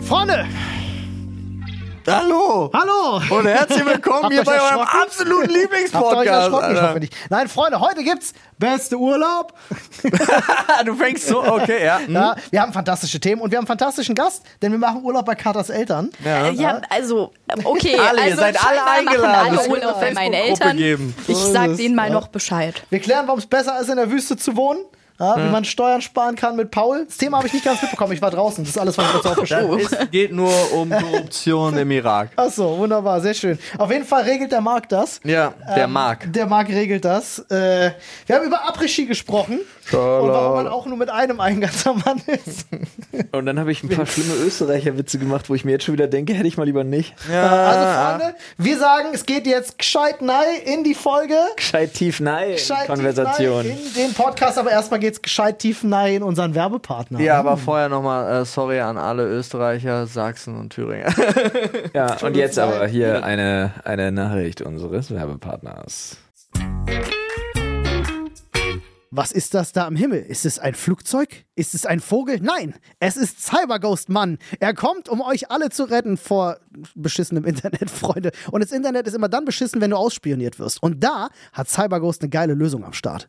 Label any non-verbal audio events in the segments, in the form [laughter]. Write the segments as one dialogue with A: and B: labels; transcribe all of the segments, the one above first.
A: Vorne!
B: Hallo!
A: Hallo!
B: Und herzlich willkommen
A: Habt
B: hier
A: euch
B: bei eurem
A: erschrocken?
B: absoluten
A: Habt ihr euch
B: Lieblingspodcast.
A: erschrocken? Ich
B: Alter.
A: hoffe nicht. Nein, Freunde, heute gibt's beste Urlaub.
B: Ah, [laughs] du fängst so, okay, ja. hm.
A: Ja, wir haben fantastische Themen und wir haben einen fantastischen Gast, denn wir machen Urlaub bei Katas Eltern.
B: Ja.
C: Äh, Ja, also, okay.
B: Alle, ihr
C: also
B: seid alle
C: scheinbar machen
B: eingeladen. Es
C: Alle
B: wird
C: Urlaub
B: eine
C: bei meinen
B: Facebook-Gruppe
C: Eltern.
B: geben.
C: Ich
A: So
C: sag
A: ist
C: denen mal
A: es,
C: noch Bescheid.
A: Wir klären, warum es besser ist, in der Wüste zu wohnen. Ja, Wie man Steuern sparen kann mit Paul. Das Thema habe ich nicht ganz mitbekommen. Ich war draußen. Das ist alles, was ich jetzt
B: [laughs]
A: aufgeschoben habe.
B: Es geht nur um Korruption im Irak.
A: Achso, wunderbar, sehr schön. Auf jeden Fall regelt der Marc das.
B: Ja, der Mark.
A: Der Marc regelt das. Äh, wir haben über Après-Ski gesprochen. Und warum man auch nur mit einem ein ganzer Mann ist.
D: Und dann habe ich ein paar schlimme Österreicher-Witze gemacht, wo ich mir jetzt schon wieder denke, hätte ich mal lieber nicht.
A: Also, Freunde, wir sagen, es geht jetzt gescheit nei in die Folge.
D: Gescheit tief nein,
A: Gescheit tief
D: Konversation.
A: nei In den Podcast, aber erstmal geht's gescheit tief nei in unseren Werbepartner.
B: Ja, aber vorher nochmal äh, sorry an alle Österreicher, Sachsen und Thüringer.
D: ja, und jetzt aber hier eine, eine Nachricht unseres Werbepartners.
A: Was ist das da am Himmel? Ist es ein Flugzeug? Ist es ein Vogel? Nein, es ist Cyberghost Mann. Er kommt, um euch alle zu retten vor beschissenem Internet, [laughs] Freunde. Und das Internet ist immer dann beschissen, wenn du ausspioniert wirst. Und da hat Cyberghost eine geile Lösung am Start.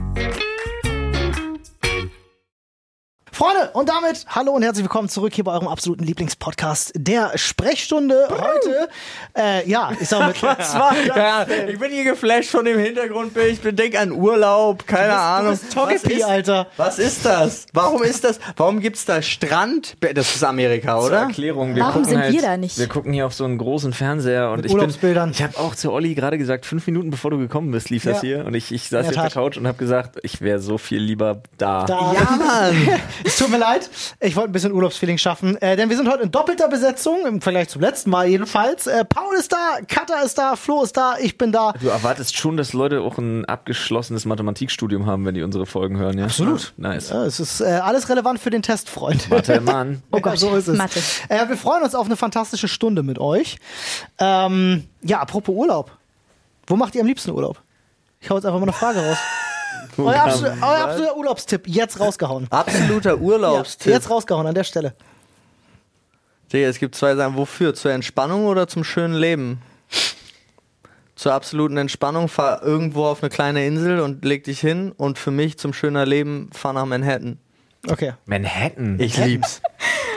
A: Freunde, und damit hallo und herzlich willkommen zurück hier bei eurem absoluten Lieblingspodcast der Sprechstunde heute. Äh, ja, ich
D: [laughs]
A: sag mit.
B: Das war, [laughs] ja, ich bin hier geflasht von dem Hintergrundbild. Ich bin- denk an Urlaub, keine Ahnung.
A: bist Togepi,
B: ist,
A: Alter.
B: Was ist das? Warum ist das? Warum gibt's da Strand? Das ist Amerika,
D: Zur
B: oder?
D: Erklärung, wir
C: Warum
D: gucken
C: sind
D: halt,
C: wir da nicht?
D: Wir gucken hier auf so einen großen Fernseher und ich
A: Urlaubsbildern.
D: bin, ich habe auch zu Olli gerade gesagt, fünf Minuten bevor du gekommen bist, lief das hier und ich, ich
A: In der
D: saß hier auf
A: Tat.
D: der Couch und habe gesagt, ich wäre so viel lieber da.
A: Da.
B: Ja, Mann.
A: [laughs] Es tut mir leid, ich wollte ein bisschen Urlaubsfeeling schaffen, äh, denn wir sind heute in doppelter Besetzung, im Vergleich zum letzten Mal jedenfalls. Äh, Paul ist da, Katha ist da, Flo ist da, ich bin da.
D: Du erwartest schon, dass Leute auch ein abgeschlossenes Mathematikstudium haben, wenn die unsere Folgen hören, ja? Absolut. Nice.
A: Ja, es ist äh, alles relevant für den Test, Freund. [laughs]
D: Mathe, Mann.
A: Oh Gott, so ist es.
C: Mathe.
A: Äh, wir freuen uns auf eine fantastische Stunde mit euch. Ähm, ja, apropos Urlaub. Wo macht ihr am liebsten Urlaub? Ich hau jetzt einfach mal eine Frage
B: [laughs]
A: raus. Euer, absol euer absoluter Urlaubstipp, jetzt rausgehauen.
B: Absoluter
A: Ja,
B: Urlaubstipp.
A: jetzt rausgehauen an der Stelle.
B: Digga, es gibt zwei Sachen. Wofür? Zur Entspannung oder zum schönen Leben? Zur absoluten Entspannung, fahr irgendwo auf eine kleine Insel und leg dich hin. Und für mich zum schöner Leben, fahr nach Manhattan.
A: Okay.
D: Manhattan.
B: Ich lieb's.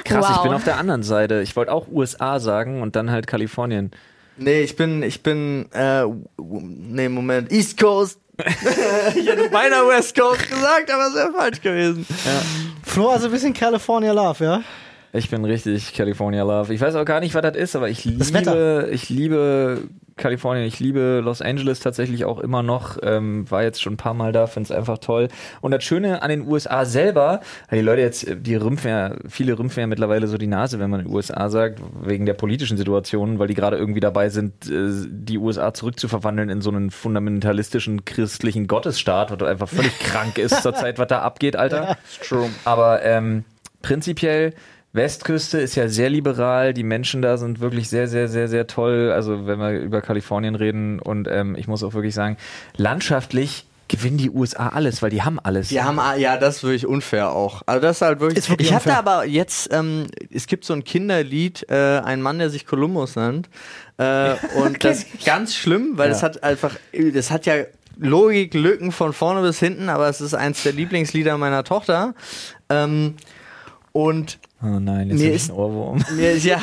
D: Krass, ich
C: Wow.
D: bin auf der anderen Seite. Ich wollte auch USA sagen und dann halt Kalifornien.
B: Nee, ich bin, ich bin, äh, w- w- nee, Moment, East Coast. ich hätte beinahe West Coast gesagt, aber es wäre falsch gewesen.
A: Flo, also ein bisschen California Love, ja?
D: Ich bin richtig California Love. Ich weiß auch gar nicht, was das ist, aber ich
A: Wetter.
D: liebe, ich liebe Kalifornien. Ich liebe Los Angeles tatsächlich auch immer noch. Ähm, war jetzt schon ein paar Mal da, finde es einfach toll. Und das Schöne an den USA selber, die Leute jetzt, äh, die rümpfen ja, viele rümpfen ja mittlerweile so die Nase, wenn man in den USA sagt, wegen der politischen Situation, weil die gerade irgendwie dabei sind, äh, die USA zurückzuverwandeln in so einen fundamentalistischen christlichen Gottesstaat, was einfach völlig krank ist zurzeit, was da abgeht, Alter. True. Aber ähm, prinzipiell Westküste ist ja sehr liberal, die Menschen da sind wirklich sehr, sehr, sehr, sehr toll. Also wenn wir über Kalifornien reden und ähm, ich muss auch wirklich sagen, landschaftlich gewinnen die USA alles, weil die haben alles.
B: Die haben, ah, ja, das ist wirklich unfair auch. Also das ist halt wirklich.
D: Ist wirklich
B: ich
D: unfair.
B: hatte aber jetzt, ähm, es gibt so ein Kinderlied, äh, ein Mann, der sich Kolumbus nennt. Äh, und das ist ganz schlimm, weil das hat einfach, das hat ja Logiklücken von vorne bis hinten, aber es ist eins der Lieblingslieder meiner Tochter. Ähm, und
D: Oh nein, jetzt
B: Mir
D: nee,
B: ist-
D: ist ein Ohrwurm.
B: mir ist ja,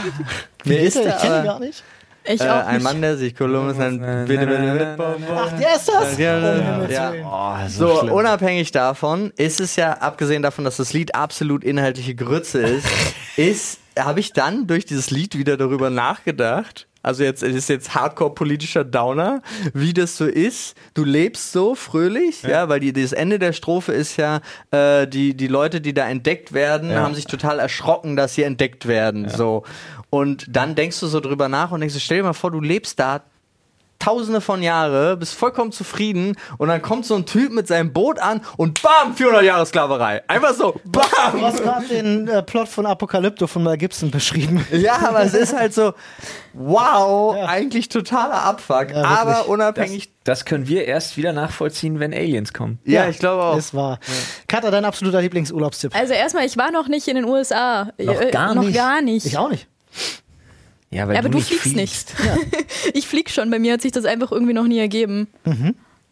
B: mir ist
A: ich kenne ihn
B: da
A: gar nicht.
C: Ich
B: aber, äh,
C: auch
B: ein
C: nicht.
B: Mann, der sich Kolumbus nennt. [laughs] Bitte, bitte, bitte.
A: Ach, der ist das?
B: Ja,
A: Oh,
B: ja,
A: Himmels
B: ja.
A: Willen.
D: Oh,
B: So,
D: schlimm.
B: unabhängig davon ist es ja, abgesehen davon, dass das Lied absolut inhaltliche Grütze ist, ist, habe ich dann durch dieses Lied wieder darüber nachgedacht. Also jetzt es ist jetzt Hardcore politischer Downer, wie das so ist. Du lebst so fröhlich, ja, weil die, das Ende der Strophe ist ja, äh, die, die Leute, die da entdeckt werden,
D: Ja.
B: haben sich total erschrocken, dass sie entdeckt werden. So. Und dann denkst du so drüber nach und denkst, du, stell dir mal vor, du lebst da Tausende von Jahre, bist vollkommen zufrieden und dann kommt so ein Typ mit seinem Boot an und bam, 400 Jahre Sklaverei. Einfach so,
A: Du
B: bam.
A: hast gerade den äh, Plot von Apokalypto von Mel Gibson beschrieben.
B: Ja, aber es ist halt so, wow, eigentlich totaler Abfuck,
A: Ja,
B: aber
A: wirklich.
D: das,
B: unabhängig.
D: das können wir erst wieder nachvollziehen, wenn Aliens kommen.
B: ja, ich glaube auch.
A: Ist wahr. Katha, dein absoluter Lieblingsurlaubstipp?
C: Also erstmal, ich war noch nicht in den USA. Äh, noch gar nicht.
A: Ich auch nicht.
D: Ja, weil
C: Ja, aber du fliegst, nicht. [laughs] ich flieg schon. Bei mir hat sich das einfach irgendwie noch nie ergeben. Ähm,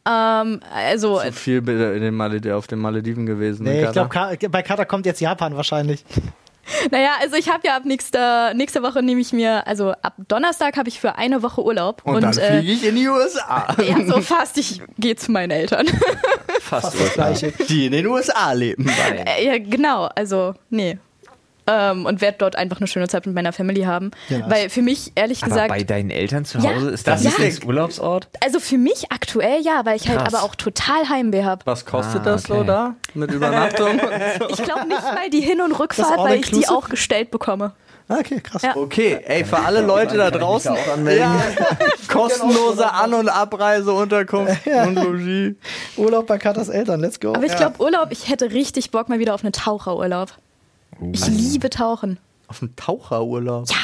C: also,
B: So viel bitte in den Malediven, auf den Malediven gewesen. ne,
A: Nee, ich
B: Carla?
A: glaube, bei Katha kommt jetzt Japan wahrscheinlich.
C: naja, also ich habe ja ab nächster, nächster Woche nehme ich mir, also ab Donnerstag habe ich für eine Woche Urlaub.
B: und, dann
C: äh,
B: fliege ich in die USA,
A: [laughs]
C: [laughs] ja, so fast, ich gehe zu meinen Eltern.
D: Fast,
A: Das gleiche.
B: die in den USA leben. beide.
C: Äh, ja, genau, also, nee. Ähm, und werde dort einfach eine schöne Zeit mit meiner Family haben.
A: Ja, nice.
C: Weil für mich, ehrlich
D: Aber
C: gesagt,
D: bei deinen Eltern zu
C: Ja,
D: Hause ist dein
B: das ist-
D: Lieblingsurlaubsort?
C: also für mich aktuell ja, weil ich halt
D: Krass.
C: aber auch total Heimweh habe.
B: Was kostet
D: Ah,
B: das so
D: okay.
B: da mit Übernachtung?
C: Ich glaube nicht mal die Hin- und Rückfahrt,
A: all
C: weil ich die
A: inclusive?
C: auch gestellt bekomme.
A: Ah, Okay, krass.
C: Ja.
B: Okay, ey, für alle Leute da draußen, ja, kostenlose An- und Abreise, Unterkunft und Logis.
A: Urlaub bei Katas Eltern, let's go.
C: Aber ich glaube, Urlaub, ich hätte richtig Bock mal wieder auf einen Taucherurlaub.
D: Uh.
C: Ich liebe Tauchen.
B: Auf einen Taucherurlaub. Ja.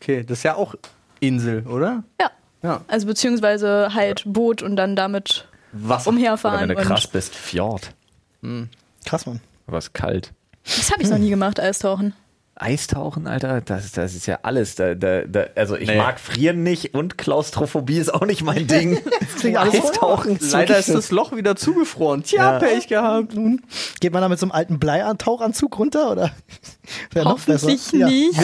B: Okay, das ist ja auch Insel, oder?
C: Ja.
B: Ja.
C: Also beziehungsweise halt Boot und dann damit
B: Was?
D: Oder wenn
C: umherfahren.
D: du krass
C: Und
D: bist, Fjord.
A: Krass, Mann.
D: Aber es ist kalt.
C: das habe ich noch nie gemacht, Eistauchen.
D: Eistauchen, Alter, das, das ist ja alles. Da, da, da, also ich mag Frieren nicht und Klaustrophobie ist auch nicht mein Ding.
A: Das klingt alles
D: Eistauchen ist
B: Leider ist
D: wirklich
B: das Loch wieder zugefroren. Tja, Pech gehabt.
A: Hm? Geht man da mit so einem alten Bleitauchanzug runter oder? [laughs] Wär noch besser.
C: Hoffentlich
A: Ja.
C: nicht.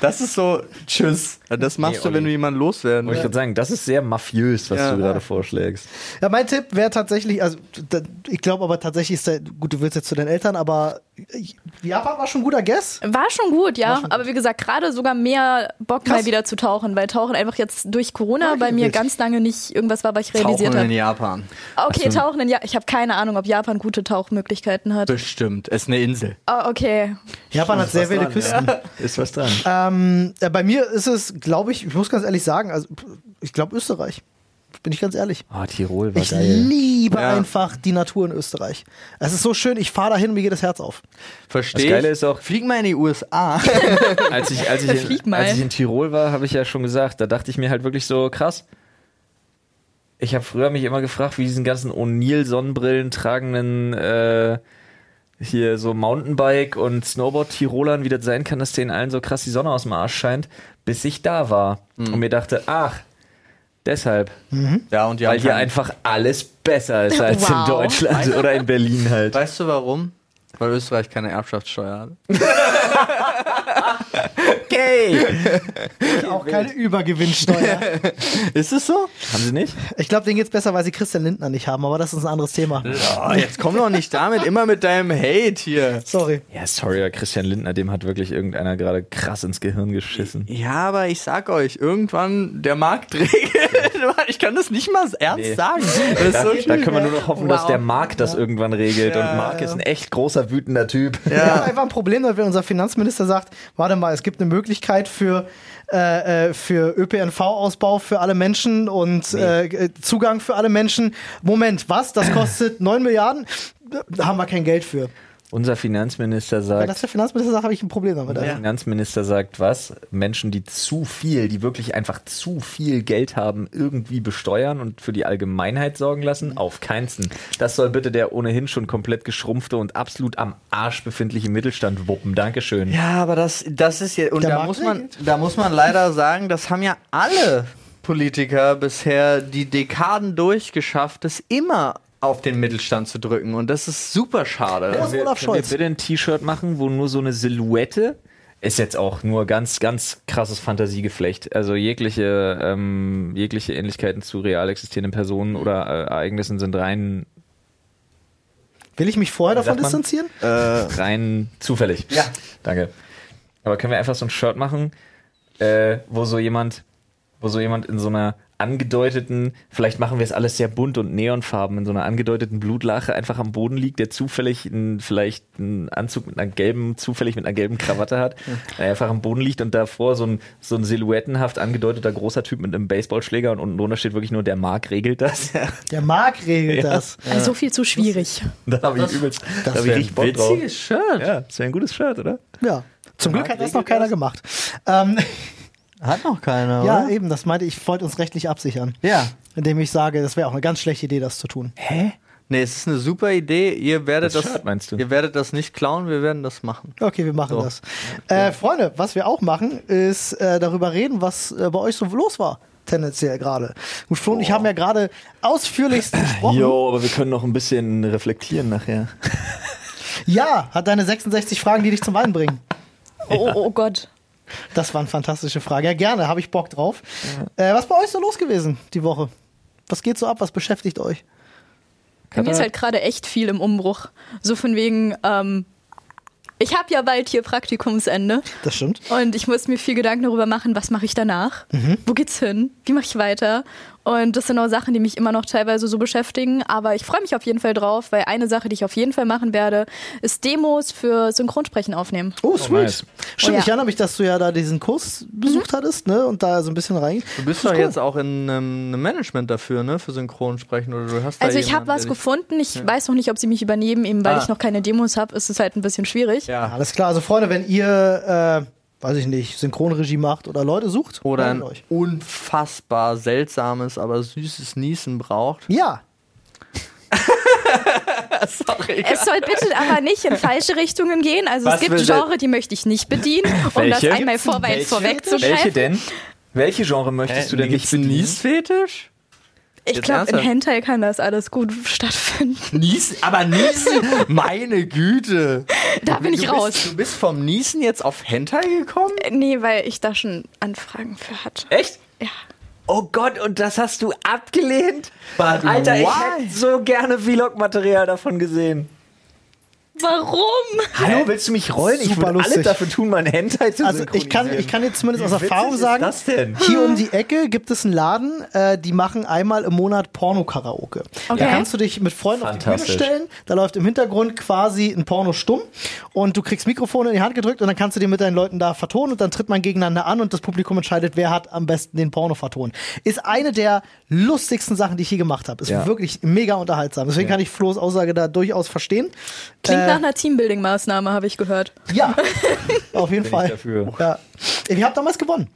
B: Das ist so, tschüss. Das machst du, wenn du jemanden loswerden
D: Wollte ich
B: willst.
D: gerade sagen, das ist sehr mafiös, was
B: Ja.
D: du gerade vorschlägst.
A: Ja, mein Tipp wäre tatsächlich, also da, ich glaube aber tatsächlich ist der, gut, du willst jetzt zu deinen Eltern, aber ich, Japan war schon ein guter Guess.
C: War schon gut, ja. Aber wie gesagt, gerade sogar mehr Bock
A: Krass.
C: mal wieder zu tauchen, weil Tauchen einfach jetzt durch Corona bei mir
A: wild.
C: ganz lange nicht irgendwas war, was ich realisiert
B: Tauchen in
C: habe.
B: Japan.
C: Okay, Tauchen in ja. Ich habe keine Ahnung, ob Japan gute Tauchmöglichkeiten hat.
B: Bestimmt. Es ist eine Insel.
C: Oh, okay.
A: Japan hat sehr
B: was
A: wilde
B: dran,
A: Küsten.
D: Ist was dran.
A: Ähm, äh, bei mir ist es, glaube ich, ich muss ganz ehrlich sagen, also ich glaube Österreich. Bin ich ganz ehrlich.
D: Oh, Tirol war
A: Ich
D: geil.
A: liebe
B: Ja.
A: einfach die Natur in Österreich. Es ist so schön, ich fahre dahin, mir geht das Herz auf.
B: Verstehe.
D: Das Geile ist auch-
B: flieg mal in die USA.
D: Als ich, als ich,
C: Flieg
D: in,
C: mal.
D: als ich in Tirol war, habe ich ja schon gesagt, da dachte ich mir halt wirklich so, krass. Ich habe früher mich immer gefragt, wie diesen ganzen O'Neill-Sonnenbrillen tragenden äh, hier so Mountainbike- und Snowboard-Tirolern, wie das sein kann, dass denen allen so krass die Sonne aus dem Arsch scheint, bis ich da war und mir dachte, ach, deshalb,
B: ja, und die haben
D: weil hier
B: keinen-
D: einfach alles besser ist als
C: Wow.
D: in
C: [laughs]
D: Deutschland oder in Berlin halt.
B: Weißt du warum? Weil Österreich keine Erbschaftssteuer hat.
D: Okay.
A: Auch keine Übergewinnsteuer.
B: Ist es so?
D: Haben sie nicht?
A: ich glaube, denen geht's besser, weil sie Christian Lindner nicht haben, aber das ist ein anderes Thema.
B: Oh, jetzt komm doch nicht damit, immer mit deinem Hate hier.
A: Sorry.
D: Ja, sorry, aber Christian Lindner, dem hat wirklich irgendeiner gerade krass ins Gehirn geschissen.
B: Ja, aber ich sag euch, irgendwann der Markt [laughs] regelt. Ich kann das nicht mal ernst [laughs]
D: Nee.
B: sagen. Das ist
D: Da,
B: so
D: da
B: schön.
D: können wir nur noch hoffen, dass
C: Wow.
D: der Marc das irgendwann regelt.
B: Ja,
D: und Marc
A: ja.
D: ist ein echt großer, wütender Typ.
A: Wir haben einfach ein Problem damit, wenn unser Finanzminister sagt, warte mal, es gibt eine Möglichkeit für, äh, äh, für ÖPNV-Ausbau für alle Menschen und äh, äh,
B: [clears throat]
A: Zugang für alle Menschen. Moment, was? Das kostet 9 Milliarden? Da haben wir kein Geld für.
D: Unser Finanzminister
A: Weil
D: sagt,
A: das der Finanzminister sagt, habe ich ein Problem damit.
D: der
A: Also.
D: Finanzminister sagt was? Menschen, die zu viel, die wirklich einfach zu viel Geld haben, irgendwie besteuern und für die Allgemeinheit sorgen lassen? Auf keinsten. Das soll bitte der ohnehin schon komplett geschrumpfte und absolut am Arsch befindliche Mittelstand wuppen. Dankeschön.
B: Ja, aber das, das ist ja. Und
A: Der
B: da
A: Markt
B: muss, man, da muss man leider sagen, das haben ja alle Politiker bisher die Dekaden durchgeschafft, es immer auf den Mittelstand zu drücken. Und das ist super schade.
A: Ja. Olaf
D: Äh, Können wir- können
A: Scholz.
D: Wir bitte ein T-Shirt machen, wo nur so eine Silhouette ist jetzt auch nur ganz, ganz krasses Fantasiegeflecht. Also jegliche, ähm, jegliche Ähnlichkeiten zu real existierenden Personen oder äh, Ereignissen sind rein,
A: Will ich mich vorher davon
D: Sagt man?
A: distanzieren?
B: äh,
D: Äh, rein zufällig.
B: Ja.
D: Danke. Aber können wir einfach so ein Shirt machen, äh, wo so jemand, wo so jemand in so einer angedeuteten, vielleicht machen wir es alles sehr bunt und neonfarben, in so einer angedeuteten Blutlache einfach am Boden liegt, der zufällig einen, vielleicht einen Anzug mit einer gelben, zufällig mit einer gelben Krawatte hat, der einfach am Boden liegt und davor so ein, so ein silhouettenhaft angedeuteter großer Typ mit einem Baseballschläger und unten drunter steht wirklich nur, der Mark regelt das. [laughs]
A: Der Marc
B: [laughs]
A: regelt das.
C: Also so viel zu schwierig.
D: da habe ich übelst, da habe ich
B: wär
D: richtig Bock drauf.
B: Shirt.
D: Ja, das wäre ein gutes Shirt, oder?
A: Ja. Zum Glück
B: Marc
A: hat das noch
B: regelt
A: keiner
B: das?
A: gemacht. Ähm,
B: Hat noch keiner,
A: ja,
B: oder?
A: eben, das meinte ich, ich wollte uns rechtlich absichern.
B: Ja.
A: Indem ich sage, das wäre auch eine ganz schlechte Idee, das zu tun.
D: Hä?
B: Nee, es ist eine super Idee. Ihr werdet
D: Das
B: das,
D: Shirt meinst du?
B: Ihr werdet das nicht klauen, wir werden das machen.
A: Okay, wir machen
B: So.
A: das. Äh, Freunde, was wir auch machen, ist äh, darüber reden, was äh, bei euch so los war, tendenziell gerade. Gut, Flo und ich haben ja gerade ausführlichst gesprochen.
D: Jo, aber wir können noch ein bisschen reflektieren nachher.
A: Ja, hat deine 66 Fragen, die dich zum Weinen bringen.
C: Oh, oh, oh Gott.
A: Das war eine fantastische Frage. Ja, gerne, habe ich Bock drauf. Äh, was bei euch so los gewesen die Woche? Was geht so ab? Was beschäftigt euch?
C: Bei mir
D: Katar-
C: ist halt gerade echt viel im Umbruch. So von wegen, ähm, ich habe ja bald hier Praktikumsende
A: Das stimmt.
C: und ich muss mir viel Gedanken darüber machen, was mache ich danach?
B: Mhm.
C: Wo geht's hin? Wie mache ich weiter? Und das sind auch Sachen, die mich immer noch teilweise so beschäftigen. Aber ich freue mich auf jeden Fall drauf, weil eine Sache, die ich auf jeden Fall machen werde, ist Demos für Synchronsprechen aufnehmen.
A: Oh, sweet.
D: nice.
A: Stimmt,
C: Oh, ja. Mhm.
A: ich erinnere mich, dass du ja da diesen Kurs besucht hattest, ne? Und da so ein bisschen rein.
B: Du bist doch jetzt auch in einem, einem Management dafür, ne? Für Synchronsprechen oder du hast da
C: Also ich
B: jemanden,
C: habe was
B: der dich-
C: gefunden. Ich weiß noch nicht, ob sie mich übernehmen, eben weil
B: Ah.
C: ich noch keine Demos habe. Ist es halt ein bisschen schwierig.
B: Ja.
A: Alles klar, also Freunde, wenn ihr, äh, weiß ich nicht, Synchronregie macht oder Leute sucht,
B: Oder ein
A: meldet euch.
B: unfassbar seltsames, aber süßes Niesen braucht.
A: Ja,
B: [laughs] Sorry.
C: Es soll bitte aber nicht in falsche Richtungen gehen. Also
B: Was
C: es gibt
B: will
C: Genre, die möchte ich nicht bedienen, um
D: Welche?
C: das einmal vorwärts
D: Welche
C: vorwegzuschreiben.
D: denn? Welche Genre möchtest du denn nicht bedienen?
B: Niesfetisch?
C: Ich
B: Jetzt
C: glaube, in
B: ernsthaft?
C: Hentai kann das alles gut stattfinden.
B: Nies, aber Niesen? [laughs] Meine Güte.
C: Da bin ich
B: du
C: raus.
B: Bist, du bist vom Niesen jetzt auf Hentai gekommen?
C: Nee, weil ich da schon Anfragen für hatte.
D: Echt?
C: Ja.
D: Oh Gott, und das hast du abgelehnt?
B: But
D: Alter, ich
B: why?
D: hätte so gerne Vlog-Material davon gesehen.
C: Warum?
D: Hallo, willst du mich rollen? ich
A: Super
D: würde
A: lustig.
D: alles dafür tun, mein Hentai zu
A: also ich kann, ich kann jetzt zumindest aus Erfahrung sagen,
D: Was ist das denn?
A: Hier um die Ecke gibt es einen Laden, äh, die machen einmal im Monat Porno-Karaoke. Da
C: Okay.
A: kannst du dich mit Freunden auf die Bühne
D: Fantastisch.
A: stellen, da läuft im Hintergrund quasi ein Porno stumm und du kriegst Mikrofone in die Hand gedrückt und dann kannst du den mit deinen Leuten da vertonen und dann tritt man gegeneinander an und das Publikum entscheidet, wer hat am besten den Porno vertont. Ist eine der lustigsten Sachen, die ich je gemacht habe. Ist
D: Ja.
A: wirklich mega unterhaltsam. Deswegen kann ich Flo's Aussage da durchaus verstehen.
C: Klingt
A: Äh,
C: nach einer Teambuilding-Maßnahme, habe ich gehört.
D: [laughs]
A: Ja, auf jeden
D: ich
A: Fall.
D: dafür.
A: Ja. Ich habe damals gewonnen.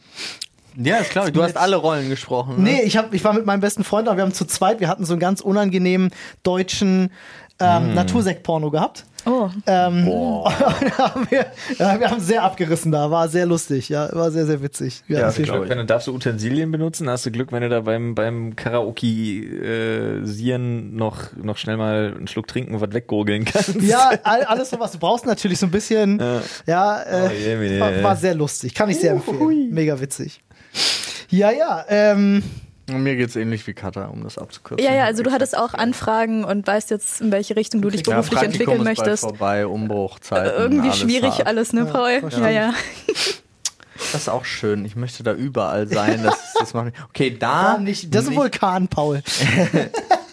B: Ja, ist klar. Du hast alle Rollen gesprochen. Ne?
A: Nee, ich, hab, ich war mit meinem besten Freund da, wir haben zu zweit, wir hatten so einen ganz unangenehmen deutschen ähm,
D: Hm.
A: Natursekt-Porno gehabt.
C: Oh.
A: Ähm, [laughs] und haben wir, ja, wir haben sehr abgerissen da, war sehr lustig, ja, war sehr, sehr witzig. Wir hatten viel Spaß.
D: Wenn du darfst du Utensilien benutzen, hast du Glück, wenn du da beim, beim Karaoke-Sieren noch, noch schnell mal einen Schluck trinken und was weggurgeln kannst.
A: ja, all, alles so was du brauchst natürlich so ein bisschen, ja,
D: Oh, je,
A: äh,
D: meine.
A: war, war sehr lustig, kann ich sehr empfehlen, mega witzig. Ja, ja, ähm,
B: Mir geht's ähnlich wie Kata, um das abzukürzen.
C: Ja, ja, also du hattest auch Anfragen und weißt jetzt, in welche Richtung du dich
B: Ja,
C: beruflich
B: Praktikum
C: entwickeln
B: ist bald
C: möchtest. Äh,
B: Vorbei, Umbruchzeiten,
C: Irgendwie
B: alles
C: schwierig
B: hart.
C: alles, ne, Paul? Ja, ja.
B: Das ist auch schön. Ich möchte da überall sein. Das, das macht mich. Okay, da.
C: Ah,
A: war nicht, das ist ein Vulkan, Paul.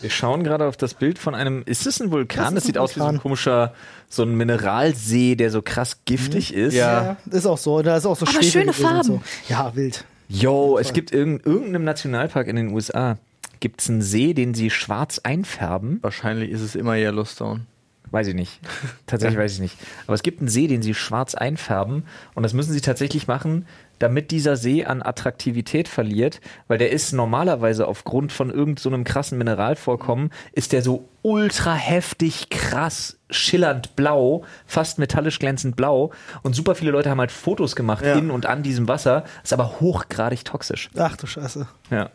D: Wir schauen gerade auf das Bild von einem. Ist es ein Vulkan?
A: Das ist
D: Das,
A: ein
D: sieht aus wie so ein
A: Vulkan.
D: komischer, so ein Mineralsee, der so krass
A: Mhm.
D: giftig ist.
B: Ja.
A: Ist auch so, da ist auch so
C: Aber
A: Schwefel
C: schöne
A: gewesen und
C: Farben.
A: So. Ja, wild.
D: Yo, es gibt in irgendeinem Nationalpark in den USA gibt's einen See, den sie schwarz einfärben.
B: Wahrscheinlich ist es immer Yellowstone.
D: Weiß ich nicht. Tatsächlich weiß ich nicht. Aber es gibt einen See, den sie schwarz einfärben und das müssen sie tatsächlich machen, damit dieser See an Attraktivität verliert, weil der ist normalerweise aufgrund von irgendeinem so einem krassen Mineralvorkommen, ist der so ultra heftig krass schillernd blau, fast metallisch glänzend blau und super viele Leute haben halt Fotos gemacht
B: Ja.
D: in und an diesem Wasser, ist aber hochgradig toxisch.
A: Ach du Scheiße.
D: Ja.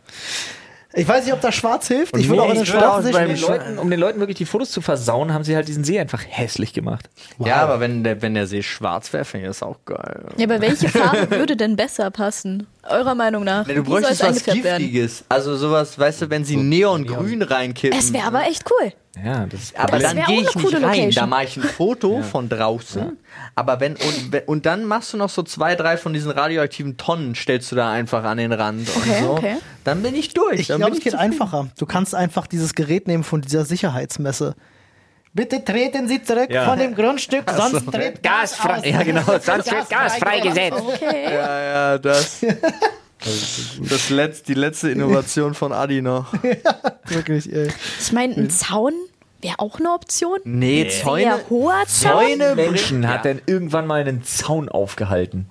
A: Ich weiß nicht, ob das schwarz hilft. Ich würde
D: Nee,
A: auch in den
D: ich würde auch
A: schwarzen See
D: bei den
A: schwimmen.
D: Leuten, um den Leuten wirklich die Fotos zu versauen, haben sie halt diesen See einfach hässlich gemacht.
B: Ja, aber wenn der, wenn der See schwarz wäre, finde ich das auch geil.
C: Ja, aber welche Farbe würde denn besser passen? Eurer Meinung nach?
B: Nee, du
C: Wie soll es
B: bräuchtest was
C: eingefärbt werden?
B: Giftiges. Also sowas, weißt du, wenn sie Neongrün reinkippen.
C: Es wäre aber echt cool.
D: Ja, das ist
B: aber
C: das
B: dann gehe
C: wär auch
B: ich
C: eine
B: nicht
C: coole
B: rein.
C: Location.
B: Da mache ich ein [laughs] Foto von draußen. Aber wenn und, wenn- und dann machst du noch so zwei, drei von diesen radioaktiven Tonnen, stellst du da einfach an den Rand
C: Okay,
B: und so.
C: okay.
B: Dann bin ich durch.
A: Ich
B: dann
A: glaube,
B: bin
A: es geht
B: zufrieden.
A: einfacher. Du kannst einfach dieses Gerät nehmen von dieser Sicherheitsmesse. Bitte treten Sie zurück
D: Ja.
A: von dem Grundstück, sonst tritt
B: [laughs]
A: Gas aus. [laughs]
D: Ja, genau, sonst wird Gas freigesetzt.
C: Okay.
B: Ja, Ah ja, [laughs] das. das Letz-, die letzte Innovation von Adi noch.
A: Wirklich, ey.
C: Ich meine, ein Zaun wäre auch eine Option.
B: Nee, Zäune.
C: Sehr hoher Zaun.
B: Zäune
D: Menschen
B: bringen-
D: hat dann irgendwann mal einen Zaun aufgehalten.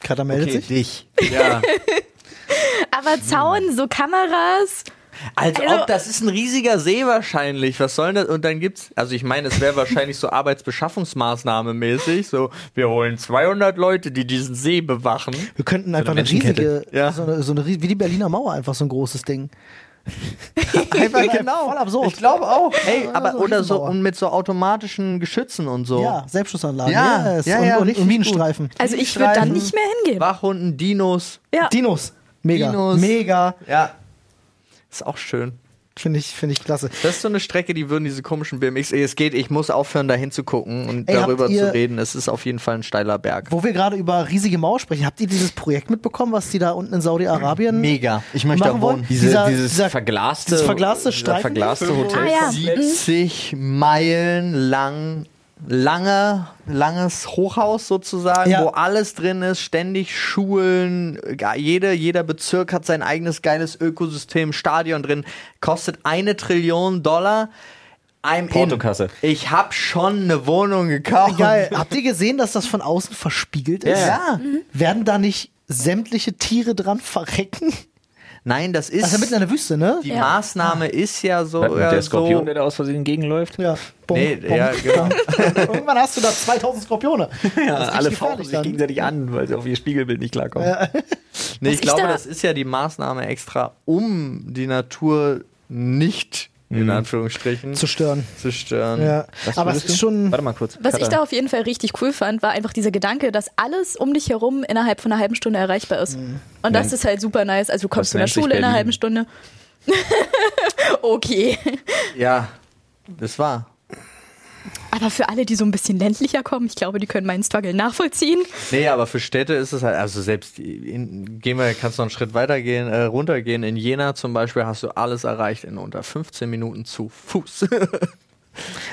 A: Kater meldet
B: Okay,
A: sich.
B: dich. Ja.
C: Aber Zaun, so Kameras.
B: Als
C: Also-
B: ob, das ist ein riesiger See wahrscheinlich. Was soll denn das? Und dann gibt's, also ich meine, es wäre wahrscheinlich so Arbeitsbeschaffungsmaßnahme mäßig. So, wir holen 200 Leute, die diesen See bewachen.
A: Wir könnten einfach
D: eine
A: eine riesige,
B: Menschenkette. Ja.
A: so eine, so eine, ries- wie die Berliner Mauer, einfach so ein großes
B: [laughs]
A: Ding.
B: Einfach genau.
A: Voll absurd.
B: Ich glaube auch. Ey,
A: Ja,
B: aber
A: so
B: oder so
A: Riesenmauer.
B: und mit so automatischen Geschützen und so.
A: Ja, Selbstschussanlagen.
B: Ja,
A: yes.
B: ja,
A: und,
B: ja,
A: und,
B: richtig
A: und Minenstreifen.
C: Also ich würde dann
A: Streifen.
C: nicht mehr hingehen.
B: Wachhunden, Dinos.
C: Ja.
A: Dinos. Mega.
B: Dinos.
A: Mega.
B: Ja. Ist auch schön.
A: Finde ich, finde ich klasse.
B: Das ist so eine Strecke, die würden diese komischen BMX. Ey, es geht, ich muss aufhören, da hinzugucken und
A: Ey, habt
B: darüber
A: ihr-
B: zu reden. Es ist auf jeden Fall ein steiler Berg.
A: Wo wir gerade über riesige Mauer sprechen, habt ihr dieses Projekt mitbekommen, was die da unten in Saudi-Arabien
B: Mega. Ich möchte
A: machen
B: da
A: wollen?
B: wohnen.
A: Dieser,
E: dieses
A: dieser,
E: verglaste,
A: dieses verglaste
E: dieser
A: Streifen-
E: verglaste Hotel.
C: Ah, ja.
B: 70 Meilen lang, lange, langes Hochhaus sozusagen,
A: Ja.
B: wo alles drin ist, ständig Schulen, äh, jede, jeder Bezirk hat sein eigenes geiles Ökosystem, Stadion drin, kostet eine Trillion Dollar. I'm
D: Portokasse.
B: In. Ich hab schon eine Wohnung gekauft.
A: Geil. [laughs] Habt ihr gesehen, dass das von außen verspiegelt ist? Mhm.
B: Ja.
A: Werden da nicht sämtliche Tiere dran verrecken?
B: Nein, das ist.
A: Das ist ja mitten in der Wüste, ne?
B: die
C: Ja.
B: Maßnahme ist ja so.
D: Mit
B: ja,
D: der Skorpion,
B: so
D: der da aus Versehen gegenläuft.
A: Ja. Bom,
B: Nee,
A: bom,
B: ja, genau.
A: bom. [laughs] Irgendwann hast du da 2000
B: [laughs]
A: Skorpione.
D: Ja,
A: Das ist richtig
D: alle fauchen
A: gefährlich
D: sich
A: dann.
D: gegenseitig an, weil sie auf ihr Spiegelbild nicht klarkommen.
B: Nee,
C: Was
B: ich
C: ich
B: glaube,
C: da-
B: das ist ja die Maßnahme extra, um die Natur nicht
D: Mhm.
B: in Anführungsstrichen
A: Zu stören.
B: zu stören.
A: Ja.
D: Was
A: Aber es
D: würdest
A: ist
D: du?
A: schon.
D: Warte mal kurz.
C: Was ich
D: Katha.
C: da auf jeden Fall richtig cool fand, war einfach dieser Gedanke, dass alles um dich herum innerhalb von einer halben Stunde erreichbar ist. Und das ist halt super nice. Also du
D: Mhm.
C: kommst
D: Das
C: von der
D: nennt sich
C: Schule in einer
D: Berlin.
C: halben Stunde. [laughs] okay.
B: Ja, das war.
C: Aber für alle, die so ein bisschen ländlicher kommen, ich glaube, die können meinen Struggle nachvollziehen.
B: Nee, aber für Städte ist es halt, also selbst in, gehen wir, kannst noch einen Schritt weiter gehen, äh, runtergehen. In Jena zum Beispiel hast du alles erreicht in unter 15 Minuten zu Fuß.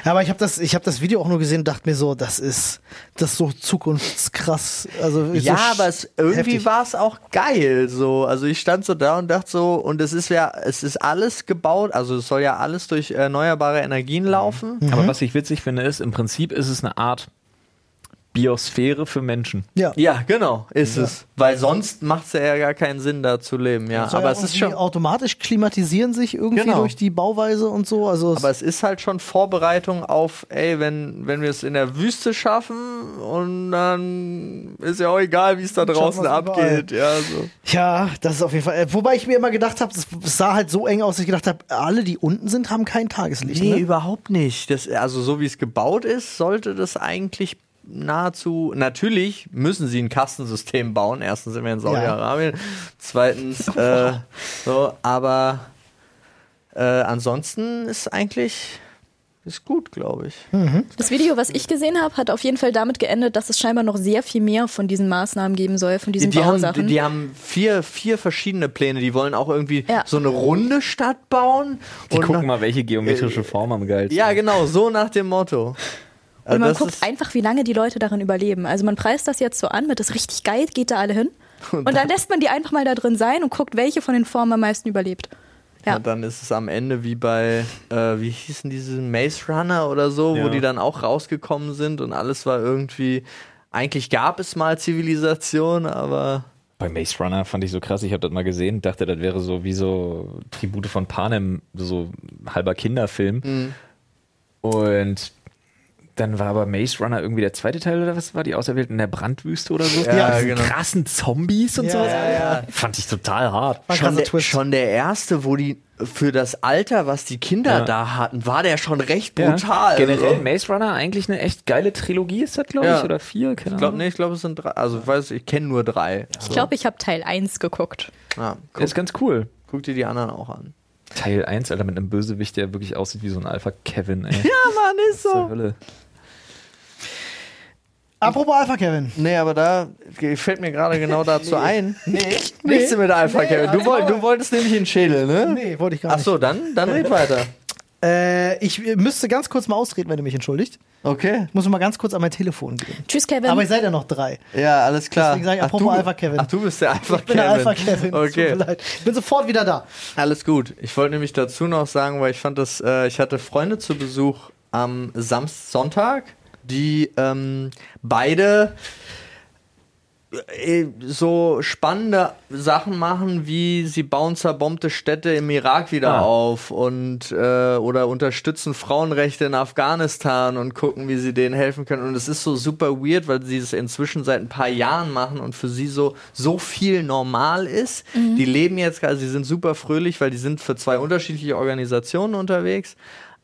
A: Aber ich habe das, ich hab das Video auch nur gesehen und dachte mir so, das ist, das ist so zukunftskrass. Also,
B: Ja,
A: so sch-
B: aber es, irgendwie
A: heftig.
B: war es auch geil. So, also ich stand so da und dachte so, und es ist ja, es ist alles gebaut, also es soll ja alles durch äh, erneuerbare
A: Mhm.
B: Energien laufen.
D: Aber was ich witzig finde, ist, im Prinzip ist es eine Art Biosphäre für Menschen.
A: Ja.
B: Ja, genau, ist es. Weil sonst macht es ja gar keinen Sinn, da zu leben, ja.
A: Soll
B: Aber
A: ja
B: es ist
A: irgendwie
B: schon.
A: Automatisch klimatisieren sich irgendwie
B: Genau.
A: durch die Bauweise und so. Also, es-
B: Aber es ist halt schon Vorbereitung auf, ey, wenn, wenn wir es in der Wüste schaffen und dann ist ja auch egal, wie es da
A: Dann schaffen
B: draußen
A: wir's überall.
B: abgeht. Ja, so.
A: ja, das ist auf jeden Fall. äh, Wobei ich mir immer gedacht habe, es es sah halt so eng aus, dass ich gedacht habe, alle, die unten sind, haben kein Tageslicht.
B: Nee,
A: ne?
B: überhaupt nicht. Das, also so wie es gebaut ist, sollte das eigentlich nahezu. Natürlich müssen sie ein Kastensystem bauen. Erstens sind wir in Saudi-Arabien. Zweitens, äh, so, aber äh, ansonsten ist eigentlich ist gut, glaube ich.
C: Das Video, was ich gesehen habe, hat auf jeden Fall damit geendet, dass es scheinbar noch sehr viel mehr von diesen Maßnahmen geben soll, von diesen
B: Die, die, haben,
C: Bausachen.
B: die haben vier, vier verschiedene Pläne. Die wollen auch irgendwie
C: Ja.
B: so eine runde Stadt bauen.
D: Die
B: und
D: gucken mal, welche geometrische Form am geilsten
B: Äh, ja, genau, so nach dem Motto.
C: und man
B: Also das
C: guckt
B: ist-
C: einfach, wie lange die Leute darin überleben. Also man preist das jetzt so an, mit das ist richtig geil, geht da alle hin. Und dann lässt man die einfach mal da drin sein und guckt, welche von den Formen am meisten überlebt. Ja.
B: Ja. Und dann ist es am Ende wie bei, äh, wie hießen diese Maze Runner oder so,
D: Ja.
B: wo die dann auch rausgekommen sind und alles war irgendwie, eigentlich gab es mal Zivilisation, aber
D: Bei Maze Runner fand ich so krass, ich habe das mal gesehen, dachte, das wäre so wie so Tribute von Panem, so halber Kinderfilm.
B: Mhm.
D: Und dann war aber Maze Runner irgendwie der zweite Teil oder was war die Auserwählten in der Brandwüste oder so?
B: Ja,
D: Diese
B: genau.
D: krassen Zombies und
A: Ja,
D: sowas.
A: ja,
B: ja.
D: Fand ich total hart.
A: War ein
B: schon
A: krasser
B: der,
A: Twist.
B: schon der erste, wo die für das Alter, was die Kinder
D: Ja.
B: da hatten, war der schon recht
D: Ja.
B: brutal.
D: Generell
B: Also,
D: Maze Runner eigentlich eine echt geile Trilogie ist das, glaube
B: Ja.
D: ich, oder vier, keine
B: ich glaube
D: Ahnung.
B: nee, ich glaube es sind drei, also ich weiß, ich kenne nur drei.
C: Ich glaube, ich habe Teil 1 geguckt.
B: Ja, guck,
D: Ist ganz cool.
B: guck dir die anderen auch an.
D: Teil 1, Alter, mit einem Bösewicht, der wirklich aussieht wie so ein Alpha-Kevin, ey.
B: Ja, Mann, ist
D: Zur
B: so.
D: Hölle.
A: Apropos Alpha Kevin.
B: Nee, aber da fällt mir gerade
A: [laughs]
B: genau dazu ein. Nee. [laughs] Nichts mit Alpha Kevin. Du, woll, du wolltest nämlich einen Schädel, ne?
A: also Nee, wollte ich gar
B: Ach
A: nicht.
B: so, dann, dann red weiter.
A: Äh, ich äh, müsste ganz kurz mal ausreden, wenn du mich entschuldigt.
B: Okay.
A: Ich muss mal ganz kurz an mein Telefon gehen.
C: Tschüss, Kevin.
A: Aber ich seid ja noch drei.
B: Ja, alles klar.
A: Deswegen sag ich apropos
B: du-
A: Alpha Kevin.
B: Ach, du bist der Alpha
A: Ich bin
B: Kevin.
A: der Alpha Kevin. es Tut mir
B: Okay.
A: leid. Ich bin sofort wieder da.
B: Alles gut. Ich wollte nämlich dazu noch sagen, weil ich fand das, äh, ich hatte Freunde zu Besuch am Sam Sonntag, die ähm, beide äh, so spannende Sachen machen, wie sie bauen zerbombte Städte im Irak wieder
D: Ah.
B: auf und äh, oder unterstützen Frauenrechte in Afghanistan und gucken, wie sie denen helfen können. Und es ist so super weird, weil sie es inzwischen seit ein paar Jahren machen und für sie so so viel normal ist. Die leben jetzt gerade, sie sind super fröhlich, weil die sind für zwei unterschiedliche Organisationen unterwegs.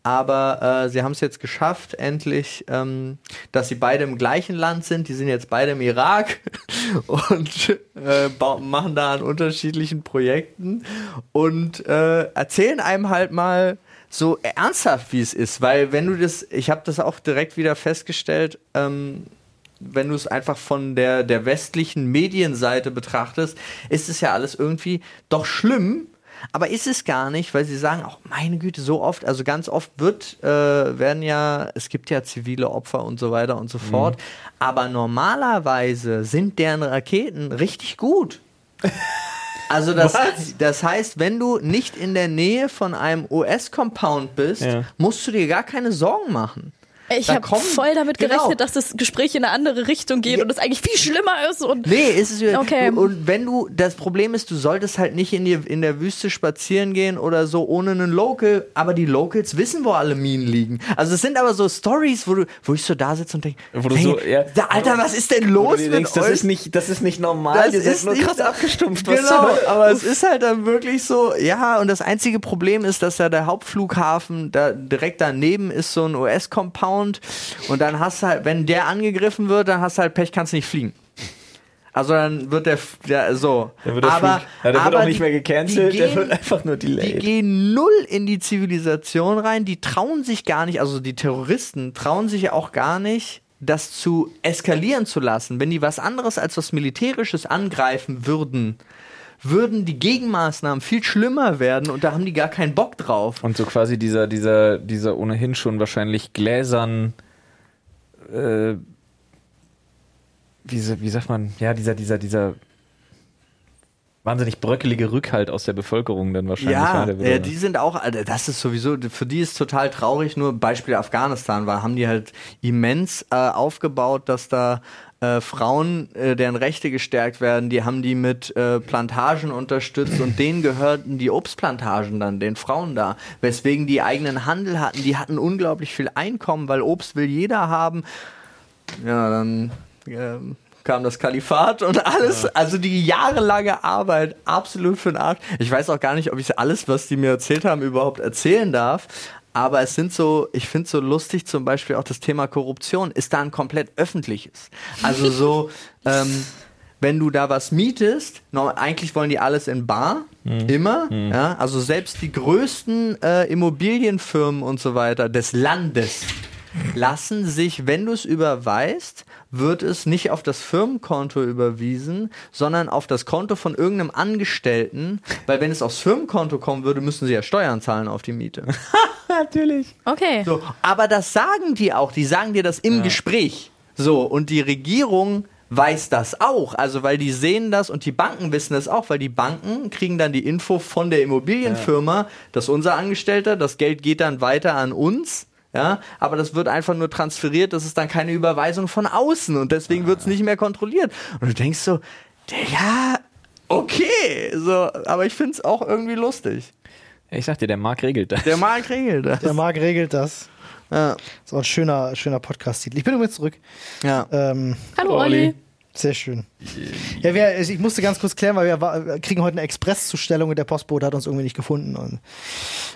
B: Aber äh, sie haben es jetzt geschafft, endlich, ähm, dass sie beide im gleichen Land sind. Die sind jetzt beide im Irak [laughs] und äh, ba- machen da an unterschiedlichen Projekten und äh, erzählen einem halt mal so ernsthaft, wie es ist. Weil wenn du das, ich habe das auch direkt wieder festgestellt, ähm, wenn du es einfach von der, der westlichen Medienseite betrachtest, ist es ja alles irgendwie doch schlimm. Aber ist es gar nicht, weil sie sagen, auch meine Güte, so oft, also ganz oft wird, äh, werden ja, es gibt ja zivile Opfer und so weiter und so fort. Aber normalerweise sind deren Raketen richtig gut. Also das, das heißt, wenn du nicht in der Nähe von einem US-Compound bist,
D: Ja.
B: musst du dir gar keine Sorgen machen.
C: Ich
B: Da
C: habe
B: kommen-
C: voll damit
B: Genau.
C: gerechnet, dass das Gespräch in eine andere Richtung geht
B: Ja.
C: und es eigentlich viel schlimmer ist. Und
B: Nee, ist es wieder.
C: Okay.
B: Du, und wenn du, das Problem ist, du solltest halt nicht in, die, in der Wüste spazieren gehen oder so ohne einen Local, aber die Locals wissen, wo alle Minen liegen. Also es sind aber so Stories, wo, du, wo ich so da sitze und denke,
D: Wo du so, ja.
B: Alter, was ist denn los mit euch?
D: nicht, das ist nicht normal,
B: das ist nicht Genau, aber es ist halt dann wirklich so, ja, und das einzige Problem ist, dass ja der Hauptflughafen da direkt daneben ist so ein US-Compound und dann hast du halt, wenn der angegriffen wird, dann hast du halt Pech, kannst nicht fliegen. Also dann wird der, F- der so.
D: Dann wird der
B: aber,
D: Flug, ja, der
B: aber
D: wird auch nicht
B: die-
D: mehr gecancelt,
B: die
D: der
B: gehen-
D: wird einfach nur
B: die
D: delayed.
B: gehen null in die Zivilisation rein, die trauen sich gar nicht, also die Terroristen trauen sich ja auch gar nicht, das zu eskalieren zu lassen. Wenn die was anderes als was Militärisches angreifen würden, würden die Gegenmaßnahmen viel schlimmer werden und da haben die gar keinen Bock drauf.
D: Und so quasi dieser, dieser, dieser ohnehin schon wahrscheinlich gläsern, äh, wie, sa- wie sagt man, ja, dieser, dieser, dieser wahnsinnig bröckelige Rückhalt aus der Bevölkerung dann wahrscheinlich.
B: Ja,
D: der
B: ja,
D: würde-
B: die sind auch, also das ist sowieso, für die ist total traurig, nur Beispiel Afghanistan, weil haben die halt immens äh, aufgebaut, dass da äh, Frauen, äh, deren Rechte gestärkt werden, die haben die mit äh, Plantagen unterstützt und denen gehörten die Obstplantagen dann, den Frauen da, weswegen die eigenen Handel hatten, die hatten unglaublich viel Einkommen, weil Obst will jeder haben. Ja, dann ähm, kam das Kalifat und alles. Also die jahrelange Arbeit absolut für den Arsch. Ich weiß auch gar nicht, ob ich alles, was die mir erzählt haben, überhaupt erzählen darf. Aber es sind so, ich finde so lustig zum Beispiel auch das Thema Korruption ist da ein komplett öffentliches. Also so, ähm, wenn du da was mietest, no, eigentlich wollen die alles in Bar, immer. Ja, also selbst die größten äh, Immobilienfirmen und so weiter des Landes lassen sich, wenn du es überweist, wird es nicht auf das Firmenkonto überwiesen, sondern auf das Konto von irgendeinem Angestellten, weil wenn es aufs Firmenkonto kommen würde, müssen sie ja Steuern zahlen auf die Miete.
C: okay.
B: So, aber das sagen die auch, die sagen dir das im Gespräch. So, und die Regierung weiß das auch. Also weil die sehen das und die Banken wissen das auch, weil die Banken kriegen dann die Info von der Immobilienfirma, dass unser Angestellter, das Geld geht dann weiter an uns. Ja, aber das wird einfach nur transferiert, das ist dann keine Überweisung von außen und deswegen wird es nicht mehr kontrolliert. Und du denkst so, ja, okay, so, aber ich finde es auch irgendwie lustig.
D: Ich sag dir, der Marc regelt das.
B: Der Markt regelt das.
A: Der Marc regelt das.
B: Ja.
A: Ist auch ein schöner, schöner Podcast-Titel. Ich bin übrigens zurück.
B: ja.
A: Ähm,
C: Hallo
D: Olli.
C: Olli.
A: sehr schön. Ja, wir, ich ich musste ganz kurz klären, weil wir, wa- wir kriegen heute eine Expresszustellung und der Postbote hat uns irgendwie nicht gefunden. Und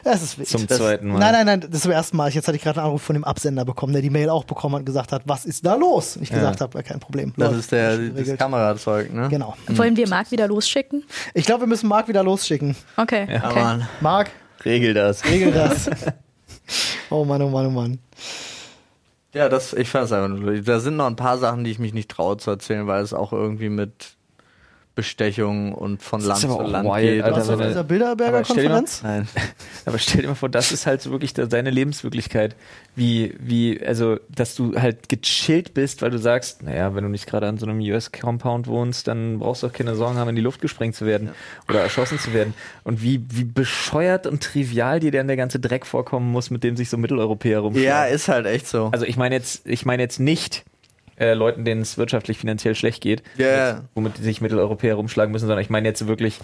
A: das ist wild.
D: Zum
A: das,
D: zweiten Mal.
A: Nein, nein, nein, das ist zum ersten Mal. Jetzt hatte ich gerade einen Anruf von dem Absender bekommen, der die Mail auch bekommen hat und gesagt hat, was ist da los? Und ich gesagt habe, ja, kein Problem.
B: Das
A: Läuft,
B: ist der,
A: schon
B: das
A: geregelt.
B: Kamerazeug, ne?
A: Genau.
C: Wollen wir Marc wieder losschicken?
A: Ich glaube, wir müssen Marc wieder losschicken.
C: Okay.
B: Ja,
C: okay.
B: Mann.
A: Marc,
B: Regel das.
A: regel das. oh Mann, oh Mann, oh Mann.
B: Ja, das, ich fand es einfach nur lustig. Da sind noch ein paar Sachen, die ich mich nicht traue zu erzählen, weil es auch irgendwie mit Bestechung und von Land
D: ist
B: zu
D: aber auch
B: Land
D: wild,
B: geht.
D: Alter,
A: Warst du
B: Also,
A: auf
D: wenn
A: dieser Bilderberger-Konferenz?
B: nein.
D: Aber stell dir mal vor, das ist halt so wirklich da- seine Lebenswirklichkeit. Wie, wie, also, dass du halt gechillt bist, weil du sagst, naja, wenn du nicht gerade an so einem US-Compound wohnst, dann brauchst du auch keine Sorgen haben, in die Luft gesprengt zu werden oder erschossen zu werden. Und wie, wie bescheuert und trivial dir dann der ganze Dreck vorkommen muss, mit dem sich so Mitteleuropäer rumschlagen.
B: [laughs] Ja, ist halt echt so.
D: Also ich meine jetzt, ich meine jetzt nicht äh, Leuten, denen es wirtschaftlich finanziell schlecht geht,
B: Ja, ja.
D: jetzt, womit sich Mitteleuropäer rumschlagen müssen, sondern ich meine jetzt wirklich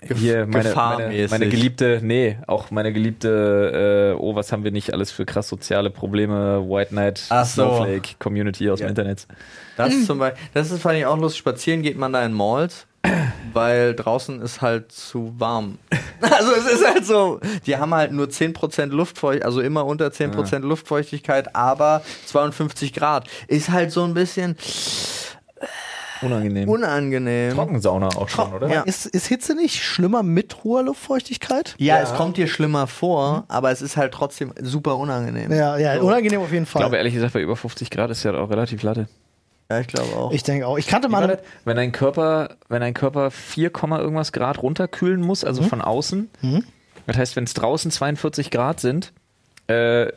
D: hier meine, meine,
B: gefahrmäßig.
D: meine geliebte, nee, auch meine geliebte, äh, oh, was haben wir nicht alles für krass soziale Probleme, White Knight,
B: Ach so.
D: Snowflake, Community aus
B: Ja.
D: dem Internet. mm.
B: Das zum Beispiel, das ist, fand ich auch lustig. Spazieren geht man da in
D: [clears throat]
B: Malls, weil draußen ist halt zu warm. [laughs] Also es ist halt so, die haben halt nur 10% Luftfeuchtigkeit, also immer unter 10% Luftfeuchtigkeit, aber 52 Grad. Ist halt so ein bisschen
D: Unangenehm.
B: unangenehm.
D: Trockensauna auch schon, oder?
B: Ja.
A: Ist, ist Hitze nicht schlimmer mit hoher Luftfeuchtigkeit?
B: Ja, es kommt dir schlimmer vor, aber es ist halt trotzdem super unangenehm.
A: Ja, ja,
B: So.
A: unangenehm auf jeden
D: Ich
A: Fall.
D: glaube ehrlich gesagt, bei über 50 Grad ist ja auch relativ latte.
B: Ja, ich glaube auch.
A: Ich denke auch. Ich kannte
D: Wie war
A: mal.
D: das? Wenn dein Körper, wenn dein Körper 4, Komma irgendwas Grad runterkühlen muss, also von außen, das heißt, wenn es draußen 42 Grad sind, äh,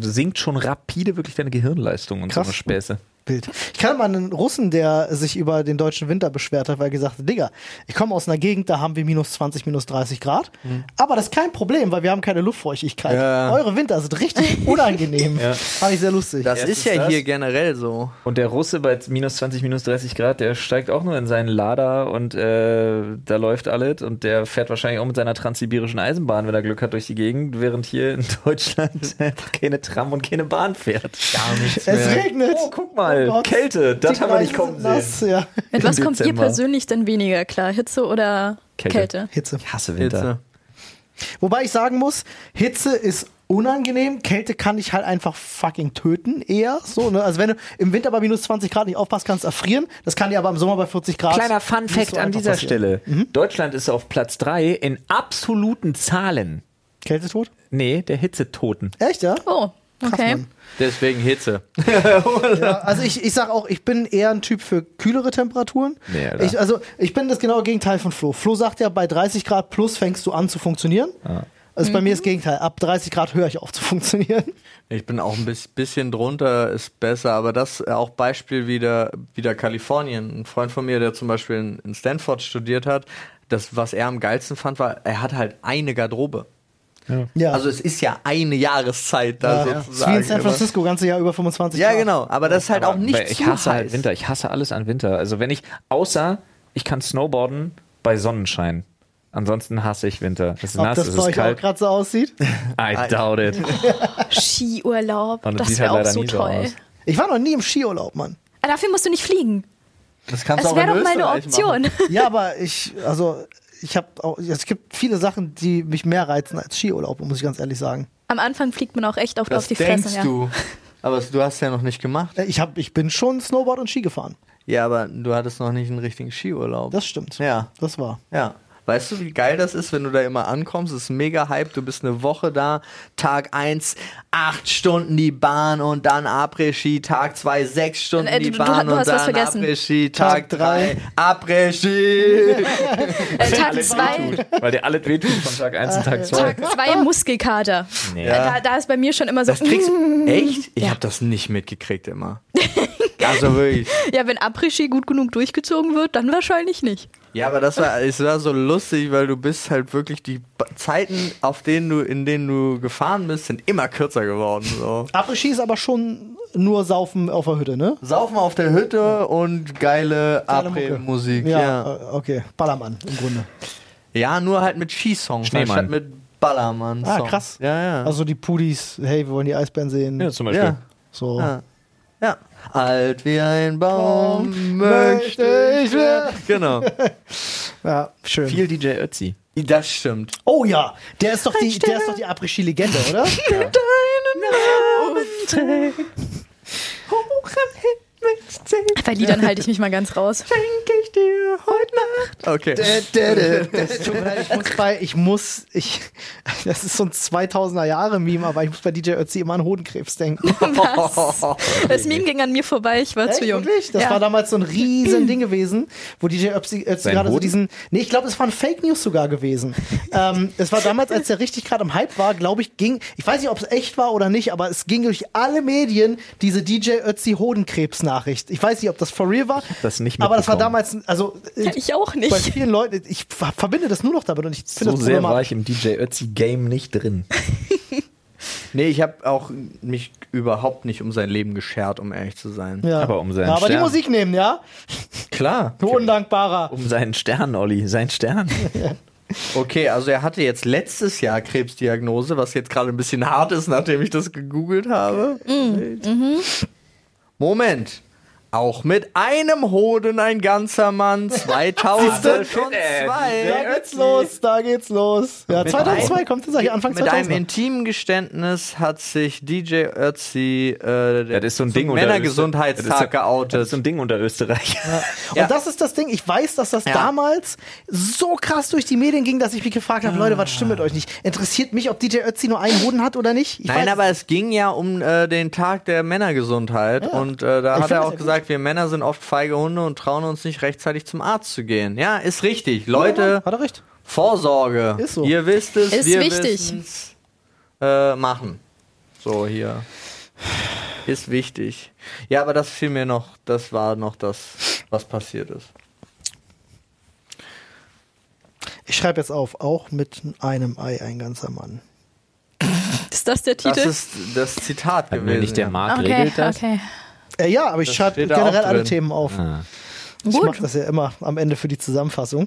D: sinkt schon rapide wirklich deine Gehirnleistung und
A: Krass.
D: so eine Späße.
A: Bild. Ich kannte mal einen Russen, der sich über den deutschen Winter beschwert hat, weil er gesagt hat, Digga, ich komme aus einer Gegend, da haben wir minus 20, minus 30 Grad.
D: Mhm.
A: Aber das ist kein Problem, weil wir haben keine Luftfeuchtigkeit.
B: Ja.
A: Eure Winter sind
D: [laughs]
A: richtig unangenehm. Fand ich sehr lustig.
B: das
D: Erstens
B: ist ja
D: das.
B: hier generell so.
D: Und der Russe bei minus 20, minus 30 Grad, der steigt auch nur in seinen Lader und äh, da läuft alles und der fährt wahrscheinlich auch mit seiner transsibirischen Eisenbahn, wenn er Glück hat, durch die Gegend, während hier in [laughs] Deutschland einfach keine Tram und keine Bahn fährt. Gar nichts.
A: es regnet.
D: Oh, guck mal,
A: Oh Gott.
D: Kälte, das
A: Die
D: haben wir nicht
A: Gleise
D: kommen
A: sind
D: sehen.
A: nass, Ja.
C: Mit was kommt ihr
D: Dezember.
C: persönlich denn weniger klar? Hitze oder
D: Kälte.
C: Kälte?
A: Hitze.
D: Ich hasse
A: äh,
B: Hitze.
A: Wobei ich sagen muss, Hitze ist unangenehm, Kälte kann dich halt einfach fucking töten, eher so. Ne? Also wenn du im Winter bei minus 20 Grad nicht aufpasst, kannst du erfrieren. Das kann dir aber im Sommer bei 40 Grad.
D: Kleiner Fun
A: nicht
D: Fact
A: so
D: an
A: einfach
D: dieser
A: passieren.
D: Stelle. Deutschland ist auf Platz 3 in absoluten Zahlen.
A: Kältetod?
D: Nee, der Hitzetoten.
A: Echt, ja?
C: Oh, okay.
A: Mann.
B: Deswegen Hitze.
A: Ja, also ich, ich sag auch, ich bin eher ein Typ für kühlere Temperaturen.
D: Nee, Alter.
A: ich, also ich bin das genaue Gegenteil von Flo. Flo sagt ja, bei 30 Grad plus fängst du an zu funktionieren. Also bei mir ist das Gegenteil. Ab 30 Grad höre ich auf zu funktionieren.
B: Ich bin auch ein bis- bisschen drunter, ist besser, aber das äh, auch Beispiel wieder, wieder Kalifornien. Ein Freund von mir, der zum Beispiel in, in Stanford studiert hat, das, was er am geilsten fand, war, er hat halt eine Garderobe.
A: Ja.
B: Also es ist ja eine Jahreszeit da
A: ja, ja. Ist
B: sozusagen.
A: wie in San
B: immer.
A: Francisco, ganze Jahr über 25
B: Ja,
A: Grad.
B: genau, aber das ist halt auch nicht
D: Weil ich
B: zu
D: hasse
B: heiß.
D: halt Winter. Ich hasse alles an Winter. Also wenn ich, außer ich kann snowboarden bei Sonnenschein. Ansonsten hasse ich Winter. Es ist
A: Ob
D: nass,
A: das
D: es
A: bei
D: ist
A: euch auch
D: kalt.
A: gerade so aussieht.
D: I doubt it.
C: Skiurlaub,
D: Und
C: das
D: das sieht
C: wäre
D: halt
C: auch
D: leider
C: so
D: nie so
C: toll.
D: aus.
A: Ich war noch nie im Skiurlaub, Mann.
C: Aber dafür musst du nicht fliegen.
B: Das kannst
C: Das
B: du auch
C: wäre
B: in
C: doch mal eine
B: Österreich machen.
C: Option.
A: Ja, aber ich, also ich habe auch, es gibt viele Sachen, die mich mehr reizen als Skiurlaub, muss ich ganz ehrlich sagen.
C: Am Anfang fliegt man auch echt auf,
B: Das
C: auf die
B: denkst
C: Fresse. Ja. [laughs]
B: du. Aber es- du hast ja noch nicht gemacht.
A: Äh, Ich, hab, ich bin schon Snowboard und Ski gefahren.
B: Ja, aber du hattest noch nicht einen richtigen Skiurlaub.
A: Das stimmt.
B: Ja.
A: Das war.
B: Ja. Weißt du, wie geil das ist, wenn du da immer ankommst? Es ist mega Hype, du bist eine Woche da, Tag 1, 8 Stunden die Bahn und dann Après-Ski, Tag 2, 6 Stunden
C: Äh,
B: die
C: du- du-
B: Bahn
C: du
B: und
C: hast was
B: dann
C: vergessen.
B: Après-Ski, Tag
A: Tag
B: 3,
C: [laughs]
B: Après-Ski.
C: Äh, Tag 2
D: Weil dir alle wehtut von Tag 1 und Tag 2.
C: Tag zwei Muskelkater. Äh, Da, da ist bei mir schon immer so.
B: Das kriegst
C: mm,
B: Echt? Ich
C: Ja.
B: hab das nicht mitgekriegt immer. Also wirklich.
C: [laughs] Ja, wenn Après-Ski gut genug durchgezogen wird, dann wahrscheinlich nicht.
B: Ja, aber das war, es war so lustig, weil du bist halt wirklich die Ba- Zeiten, auf denen du, in denen du gefahren bist, sind immer kürzer geworden. So.
A: Après-Ski ist aber schon nur Saufen auf der Hütte, ne?
B: Saufen auf der Hütte und geile
A: Geile Mucke.
B: Après-Musik.
A: Ja,
B: Ja.
A: äh, okay. Ballermann im Grunde.
B: ja, nur halt mit Skisongs
D: Schneemann.
B: anstatt mit Ballermann.
A: Ah, krass.
B: Ja, ja.
A: Also die Pudis, hey, wir wollen die Eisbären sehen.
D: Ja, zum Beispiel.
B: ja.
A: so.
B: Ja. ja. Alt wie ein Baum möchte
A: möchte
B: ich
A: ich werden.
B: werden. Genau.
A: Ja, schön.
D: Viel DJ Ötzi.
B: Das stimmt.
A: Oh ja, der ist doch die, der ist doch die Après-Ski-Legende,
B: [laughs]
A: oder? [laughs]
C: Bei Liedern halte ich mich mal ganz raus.
B: Okay.
A: Es tut mir leid, ich muss bei, ich muss, ich, das ist so ein 2000er Jahre Meme, aber ich muss bei DJ Ötzi immer an Hodenkrebs denken.
C: Das Meme ging an mir vorbei, ich war zu jung.
A: Wirklich? Das
C: ja.
A: war damals so ein riesen Ding gewesen, wo DJ Ötzi, Ötzi
D: Sein
A: gerade so
D: Hoden?
A: diesen, nee, ich glaube, es war ein Fake News sogar gewesen. ähm, es war damals, als der richtig gerade im Hype war, glaube ich, ging, ich weiß nicht, ob es echt war oder nicht, aber es ging durch alle Medien diese DJ Ötzi Hodenkrebs-Nachricht. Ich weiß nicht, ob das for real war,
D: das nicht
A: aber das war
D: mitbekommen.
A: damals, also
C: ja, ich auch
A: bei
C: nicht.
A: vielen Leuten, ich ver- verbinde das nur noch damit und ich finde
D: So
A: das
D: sehr war
A: problematisch.
D: ich im DJ Ötzi-Game nicht drin.
B: Nee, ich habe auch mich überhaupt nicht um sein Leben geschert, um ehrlich zu sein.
A: Ja.
D: Aber um seinen
A: Aber die
D: Stern.
A: Musik nehmen, ja?
B: Klar.
A: Du Undankbarer.
D: Um seinen Stern, Olli, sein Stern.
B: Okay, also er hatte jetzt letztes Jahr Krebsdiagnose, was jetzt gerade ein bisschen [laughs] hart ist, nachdem ich das gegoogelt habe. mhm. Moment. Auch mit einem Hoden ein ganzer [laughs] Mann 2002.
A: Da geht's los, da geht's los. Ja, 2002 kommt das eigentlich Anfang
B: Mit einem
A: 2000.
B: intimen Geständnis hat sich DJ Ötzi äh,
D: Das ist so ein Ding unter Das
B: Männergesundheitstag
D: ist so- Das ist
B: geoutet.
D: so ein Ding unter Österreich. [laughs]
B: Ja.
A: Und das ist das Ding, ich weiß, dass das
B: Ja.
A: damals so krass durch die Medien ging, dass ich mich gefragt habe, Leute, was stimmt
B: Ah.
A: mit euch nicht? Interessiert mich, ob DJ Ötzi nur einen Hoden hat oder nicht? Ich
B: Nein,
A: weiß,
B: aber es ging ja um äh, den Tag der Männergesundheit und äh, da
A: Ich
B: hat
A: find
B: er
A: das
B: auch
A: ja gut.
B: gesagt, wir Männer sind oft feige Hunde und trauen uns nicht rechtzeitig zum Arzt zu gehen. Ja, ist richtig. Leute,
A: Hat er recht?
B: Vorsorge.
A: Ist so.
B: Ihr wisst es,
C: Ist
B: wir
C: wichtig.
B: wissen's. Äh, machen. So hier. Ist wichtig. Ja, aber das fiel mir noch, das war noch das, was passiert ist.
A: Ich schreibe jetzt auf, auch mit einem Ei ein ganzer Mann.
C: Ist das der
B: Das
C: Titel?
B: ist das Zitat gewesen. ja.
D: Markt
C: okay, okay.
A: Äh, ja, aber ich
B: Das
A: schreibe
B: steht da auch
A: generell alle
B: drin.
A: Themen auf.
D: Ah.
A: Ich mache
C: Gut.
A: das ja immer am Ende für die Zusammenfassung.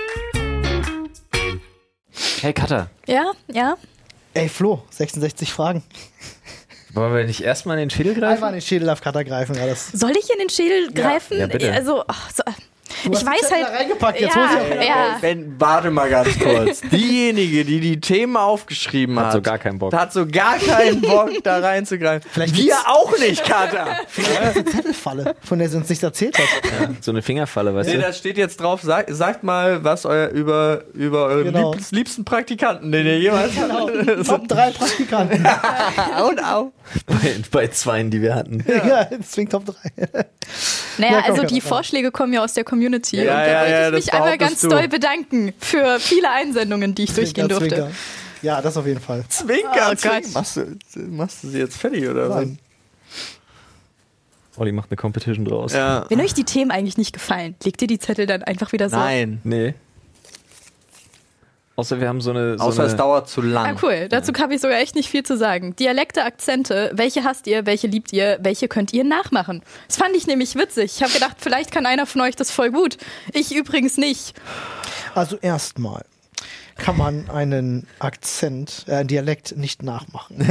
D: Hey Cutter,
C: Ja, ja.
A: Ey Flo, 66 Fragen.
D: wollen wir nicht erstmal in den Schädel
A: Einfach
D: greifen?
A: an den Schädel auf Cutter greifen, ja, das...
C: Soll ich in den Schädel greifen?
D: Ja, bitte.
C: Also, ach, so.
A: Du hast
C: ich
A: die
C: weiß
A: Zettel
C: halt.
A: da reingepackt, jetzt
C: ja,
A: muss ich auch wieder
C: ja.
B: Wenn, warte mal ganz kurz.
C: [laughs]
B: Diejenige, die die Themen aufgeschrieben hat,
D: Hat so gar keinen Bock.
B: Hat so gar keinen Bock, da reinzugreifen.
A: Vielleicht
B: Wir
A: gibt's-
B: auch nicht, Katha.
A: Zettelfalle, von der sie uns nicht erzählt
D: [laughs]
A: hat.
D: So eine Fingerfalle, weißt
B: [laughs] Nee,
D: du? [laughs]
B: da steht jetzt drauf, sag, sagt mal, was euer, über, über euren
A: Genau.
B: liebsten, liebsten Praktikanten, den ihr jemals
A: Genau. [laughs] Top 3 Praktikanten.
B: Au und au.
D: Bei, bei zweien, die wir hatten.
A: Ja, deswegen Top 3.
C: Naja,
A: Ja, komm,
C: also
A: komm,
C: die
A: komm.
C: Vorschläge kommen ja aus der Community.
B: Ja,
C: und da
B: ja,
C: wollte
B: ja,
C: ich mich
B: das
C: einmal
B: behauptest
C: ganz
B: du.
C: doll bedanken für viele Einsendungen, die ich durchgehen
A: Zwinker,
C: durfte.
A: Zwinker. Ja, das auf jeden Fall.
B: Zwinker,
C: Oh Gott.
B: Machst du, machst du sie jetzt fertig oder was?
A: Nein.
D: Olli Oh, macht eine Competition draus.
B: Ja.
C: Wenn euch die Themen eigentlich nicht gefallen, legt ihr die Zettel dann einfach wieder so.
B: Nein.
D: Nee. Außer wir haben so eine. So
B: Außer
D: eine
B: es dauert zu
C: Ah,
B: lang.
C: cool. Dazu habe ich sogar echt nicht viel zu sagen. Dialekte, Akzente, welche hasst ihr, welche liebt ihr, welche könnt ihr nachmachen? Das fand ich nämlich witzig. Ich habe gedacht, vielleicht kann einer von euch das voll gut. Ich übrigens nicht.
A: Also erstmal kann man einen Akzent, äh, einen Dialekt nicht
D: [laughs]
A: nachmachen.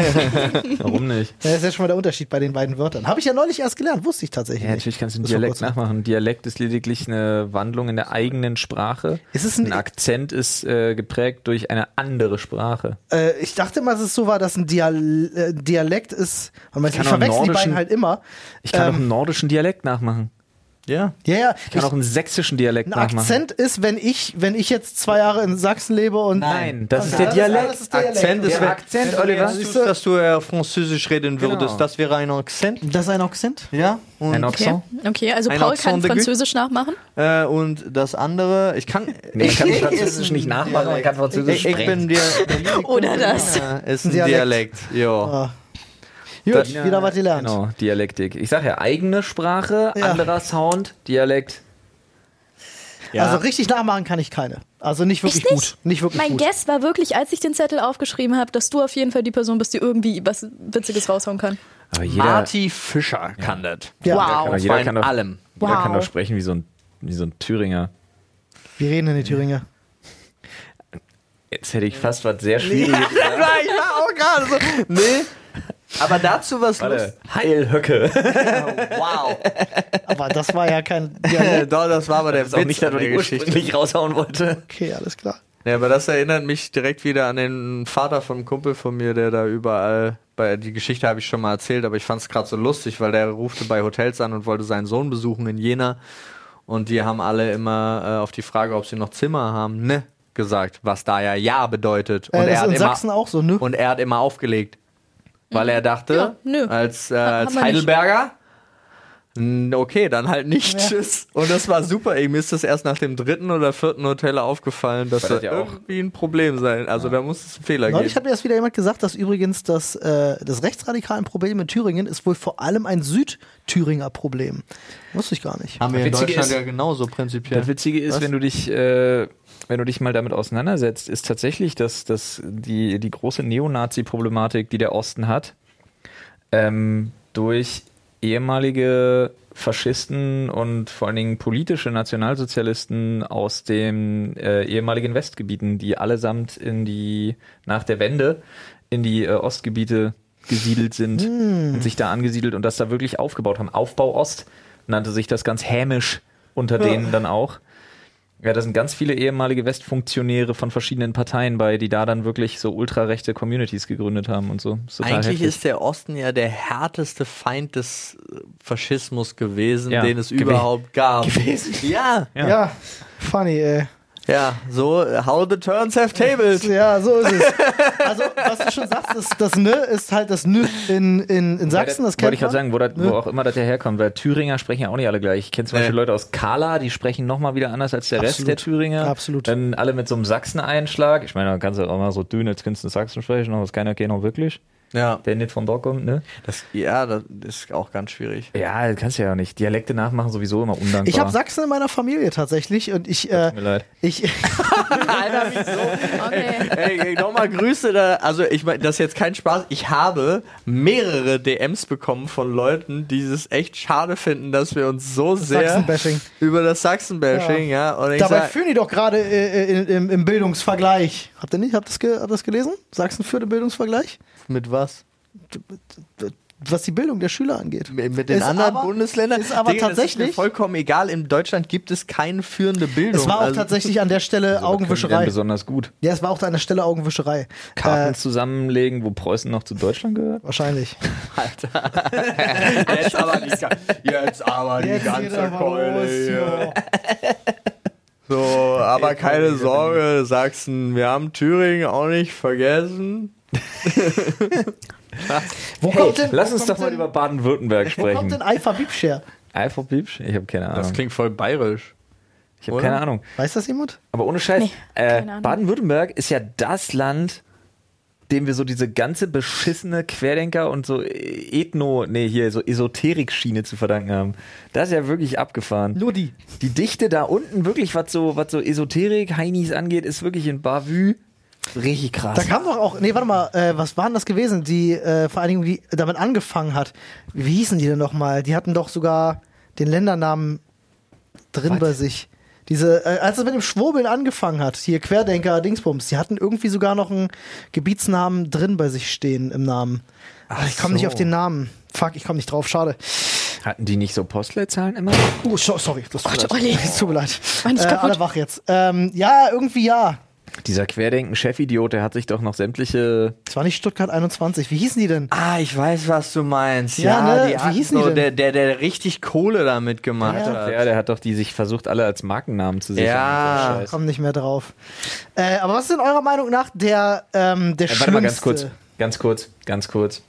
D: Warum nicht?
A: Das ist ja schon mal der Unterschied bei den beiden Wörtern. Habe ich ja neulich erst gelernt, wusste ich tatsächlich
D: Ja,
A: nicht.
D: natürlich kannst du einen
A: Bis vor
D: Dialekt
A: kurzem.
D: nachmachen. Dialekt ist lediglich eine Wandlung in der eigenen Sprache.
A: Ist es ein-
D: Akzent ist äh, geprägt durch eine andere Sprache.
A: Äh, ich dachte mal, dass es so war, dass ein Dial äh, Dialekt ist. Und man, ich
D: kann auch
A: verwechsel die
D: nordischen-
A: beiden halt immer.
D: Ich kann
A: Ähm,
D: auch einen nordischen Dialekt nachmachen.
B: Ja.
A: ja, ja.
D: Ich kann
A: ich-
D: auch einen sächsischen Dialekt
A: ein
D: nachmachen.
A: Akzent ist, wenn ich, wenn ich jetzt zwei Jahre in Sachsen lebe und.
D: Nein, das ist
A: Also
D: der
A: alles-
D: Dialekt.
A: alles ist Dialekt.
B: Akzent ist,
D: Der
B: wenn-
D: Akzent,
B: wenn du
D: Oliver.
B: jetzt tust, dass du eher Französisch reden würdest,
D: Genau.
B: das wäre ein Akzent.
A: Das ist ein Akzent?
B: Ja. Und,
D: Ein
C: Okay,
D: Akzent.
C: okay also
B: Ein
C: Paul
B: Akzent
C: kann
B: de Guy.
C: Französisch nachmachen.
B: äh, und das andere, ich kann.
D: [laughs] Nee, ich kann Französisch nicht nachmachen, man kann
B: Ich,
D: Französisch
B: ich bin
D: sprechen.
B: dir.
C: Oder das.
B: Ja, [laughs] ist ein
A: Dialekt.
B: Dialekt. Ja.
A: Ah. Gut,
B: Da-
A: wieder was gelernt.
D: Genau, Dialektik. Ich sag ja, eigene Sprache,
A: Ja.
D: anderer Sound, Dialekt.
B: Ja.
A: Also richtig nachmachen kann ich keine. Also nicht wirklich
C: Echt
A: gut. Nicht wirklich
C: mein
A: gut.
C: Guess war wirklich, als ich den Zettel aufgeschrieben habe, dass du auf jeden Fall die Person bist, die irgendwie was Witziges raushauen kann.
D: Aber jeder,
B: Marty Fischer [laughs] kann das.
A: Ja.
D: aber
B: Und
D: jeder
B: zwar
D: kann
B: in
D: doch-
B: allem.
D: jeder kann
C: Wow.
D: doch sprechen wie so ein, wie so ein Thüringer.
A: Wir reden in die Thüringer.
D: Jetzt hätte ich fast was sehr Schwieriges.
B: [laughs] ich war auch gerade so. Nee. Aber dazu was
D: Warte, Heilhöcke.
B: Wow.
A: Aber das war ja kein
D: [laughs]
A: Dialekt.
B: Doch, das war aber der Witz an der
D: nicht raushauen wollte.
A: Okay, alles klar.
B: Ja, aber das erinnert mich direkt wieder an den Vater von einem Kumpel von mir, der da überall bei die Geschichte habe ich schon mal erzählt, aber ich fand es gerade so lustig, weil der rufte bei Hotels an und wollte seinen Sohn besuchen in Jena und die haben alle immer äh, auf die Frage, ob sie noch Zimmer haben, ne gesagt, was da ja ja bedeutet und
A: Äh, das
B: er
A: ist
B: hat
A: in
B: immer
A: Sachsen auch so, ne?
B: und er hat immer aufgelegt, weil er dachte,
C: Mhm. Ja, nö.
B: als, äh,
C: Ha-
B: als
C: haben wir nicht.
B: Heidelberger "N, Okay, dann halt nicht. Tschüss. Und das war super. Ihm ist das erst nach dem dritten oder vierten Hotel aufgefallen, dass
D: Weil
B: das
D: das ja auch-
B: irgendwie ein Problem sein. Also da muss es einen Fehler
A: Neulich hat
B: geben.
A: mir erst wieder jemand gesagt, dass übrigens das, äh, das rechtsradikale Problem in Thüringen ist wohl vor allem ein Südthüringer Problem. Wusste ich gar nicht.
B: Haben wir in
D: Witzige
B: Deutschland
D: ist-
B: ja genauso prinzipiell.
D: Das Witzige ist,
B: Was?
D: wenn du dich, äh, wenn du dich mal damit auseinandersetzt, ist tatsächlich, dass, dass die, die große Neonazi-Problematik, die der Osten hat, ähm, durch ehemalige Faschisten und vor allen Dingen politische Nationalsozialisten aus den äh, ehemaligen Westgebieten, die allesamt in die nach der Wende in die äh, Ostgebiete gesiedelt sind
B: Hm.
D: und sich da angesiedelt und das da wirklich aufgebaut haben. Aufbau Ost nannte sich das ganz hämisch unter denen dann auch. Ja, da sind ganz viele ehemalige Westfunktionäre von verschiedenen Parteien bei, die da dann wirklich so ultrarechte Communities gegründet haben und so. Ist total
B: Eigentlich
D: heftig.
B: ist der Osten ja der härteste Feind des äh, Faschismus gewesen,
D: Ja.
B: den es
D: Gewe-
B: überhaupt gab. Gewesen. [laughs] Ja,
A: Ja, funny, ey.
B: ja. So, äh, how the turns have tables.
A: Ja, so ist es. Also, was du schon sagst, ist, das Ne ist halt das Nö in, in, in Sachsen. Das kennt
D: Wollte ich gerade
A: man.
D: sagen, wo, das, wo auch immer das ja herkommt, weil Thüringer sprechen ja auch nicht alle gleich. Ich kenne zum
B: Nee.
D: Beispiel Leute aus Kala, die sprechen nochmal wieder anders als der Rest
A: Absolut.
D: der Thüringer.
A: Absolut.
D: Dann alle mit so einem Sachsen-Einschlag. Ich meine, dann kannst du auch mal so dünn, als kannst du Sachsen sprechen, aber das kann ja keiner wirklich,
B: Ja,
D: der nicht von dort kommt, ne?
B: das, ja, das ist auch ganz schwierig.
D: Ja, das kannst du ja auch nicht. Dialekte nachmachen sowieso immer undankbar.
A: Ich habe Sachsen in meiner Familie tatsächlich und ich, äh,
D: Tut mir leid.
A: ich, [laughs]
B: Alter, wieso?
C: Okay.
B: Ey, nochmal Grüße da. Also, ich meine, das ist jetzt kein Spaß. Ich habe mehrere DMs bekommen von Leuten, die es echt schade finden, dass wir uns so sehr
A: Sachsenbashing.
B: über das Sachsenbashing, ja. Und ich
A: dabei
B: sag,
A: führen die doch gerade äh, äh, im, im Bildungsvergleich. Habt ihr nicht, habt ihr das, ge, habt ihr das gelesen? Sachsen führt im Bildungsvergleich?
B: mit was?
A: Was die Bildung der Schüler angeht.
B: Mit mit den
A: Ist
B: anderen
A: aber-
B: Bundesländern?
A: ist aber
B: Digga, das Ist mir
A: tatsächlich-
B: vollkommen egal. In Deutschland gibt es keine führende Bildung.
A: Es war auch
B: Also,
A: tatsächlich an der
B: [laughs]
A: Stelle
D: Können die denn
A: Augenwischerei.
D: besonders gut.
A: Ja, es war auch an der Stelle Augenwischerei.
D: Karten
A: Äh,
D: zusammenlegen, wo Preußen noch zu Deutschland gehört?
A: wahrscheinlich.
B: Jetzt aber die, ga- jetzt aber die ganze Keule. hier. So, aber keine Sorge, Sachsen. Wir haben Thüringen auch nicht vergessen.
A: Wo kommt denn,
D: Lass
A: wo
D: uns
A: kommt
D: doch mal
A: denn-
D: über Baden-Württemberg
A: Wo kommt
D: sprechen.
A: denn Alpha Bibscher?
D: Alpha Beach? Ich habe keine Ahnung.
B: Das klingt voll bayerisch.
D: ich habe
B: oder?
D: keine Ahnung.
A: Weiß das jemand?
D: Aber ohne Scheiß,
C: Nee,
D: äh,
C: keine Ahnung.
D: Baden-Württemberg ist ja das Land, dem wir so diese ganze beschissene Querdenker und so Ethno, nee, hier so Esoterik-Schiene zu verdanken haben. Das ist ja wirklich abgefahren.
A: Nur die.
D: Die Dichte da unten, wirklich, was so, was so Esoterik, Heinis angeht, ist wirklich in Bavü richtig krass.
A: Da kam doch auch, nee, warte mal, äh, was waren das gewesen? Die äh, Vereinigung, die damit angefangen hat. Wie hießen die denn nochmal? Die hatten doch sogar den Ländernamen drin bei sich. Diese, äh, als es mit dem Schwurbeln angefangen hat, hier Querdenker, Dingsbums, die hatten irgendwie sogar noch einen Gebietsnamen drin bei sich stehen im Namen. Aber ich komme nicht
D: so.
A: auf den Namen. Fuck, ich komme nicht drauf, schade.
D: Hatten die nicht so Postleitzahlen immer?
A: Oh, so, sorry, das tut mir
C: Gott,
A: leid.
C: Olli.
A: [laughs] Es tut mir leid.
C: War nicht
A: äh,
C: kaputt.
A: alle wach jetzt. Ähm, ja, irgendwie ja.
D: Dieser Querdenken-Chefidiot, der hat sich doch noch sämtliche.
A: Es war nicht Stuttgart 21. Wie hießen die denn?
B: Ah, ich weiß, was du meinst.
A: Ja,
B: Ja,
A: ne? Wie
B: die hatten
A: hießen die
B: so,
A: denn?
B: Der, der, der richtig Kohle damit gemacht
A: Ja.
B: hat.
D: Ja, der hat doch die sich versucht, alle als Markennamen zu sichern.
B: Ja.
D: und so einen Scheiß.
A: Ah, Komm nicht mehr drauf. Äh, aber was ist denn eurer Meinung nach der, ähm, der
D: Äh,
A: schlimmste?
D: warte mal ganz kurz, ganz kurz, ganz kurz.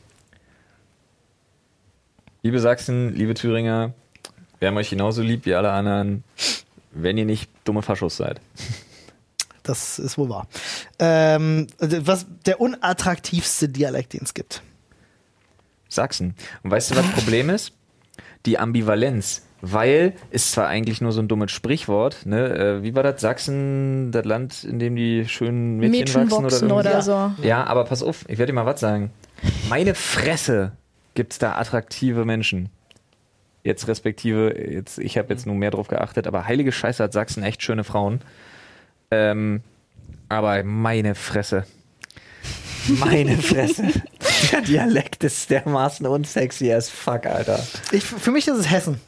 D: Liebe Sachsen, liebe Thüringer, wir haben euch genauso lieb wie alle anderen, wenn ihr nicht dumme Faschos seid.
A: Das ist wohl wahr. Ähm, was der unattraktivste Dialekt, den es gibt.
D: Sachsen. Und weißt du, was das Problem ist? Die Ambivalenz. Weil ist zwar eigentlich nur so ein dummes Sprichwort, ne? Äh, wie war das? Sachsen, das Land, in dem die schönen Mädchen,
C: Mädchen
D: wachsen
C: boxen
D: oder,
C: oder,
D: irgendwie?
C: so.
D: Mhm. Ja, aber pass auf, ich werde dir mal was sagen. Meine Fresse gibt's da attraktive Menschen. Jetzt respektive, jetzt, ich habe
C: Mhm.
D: jetzt nur mehr drauf geachtet, aber heilige Scheiße hat Sachsen echt schöne Frauen. Ähm, aber meine Fresse.
B: [laughs]
D: Meine Fresse. Der Dialekt ist dermaßen unsexy as fuck, Alter.
A: Ich, für mich ist es Hessen.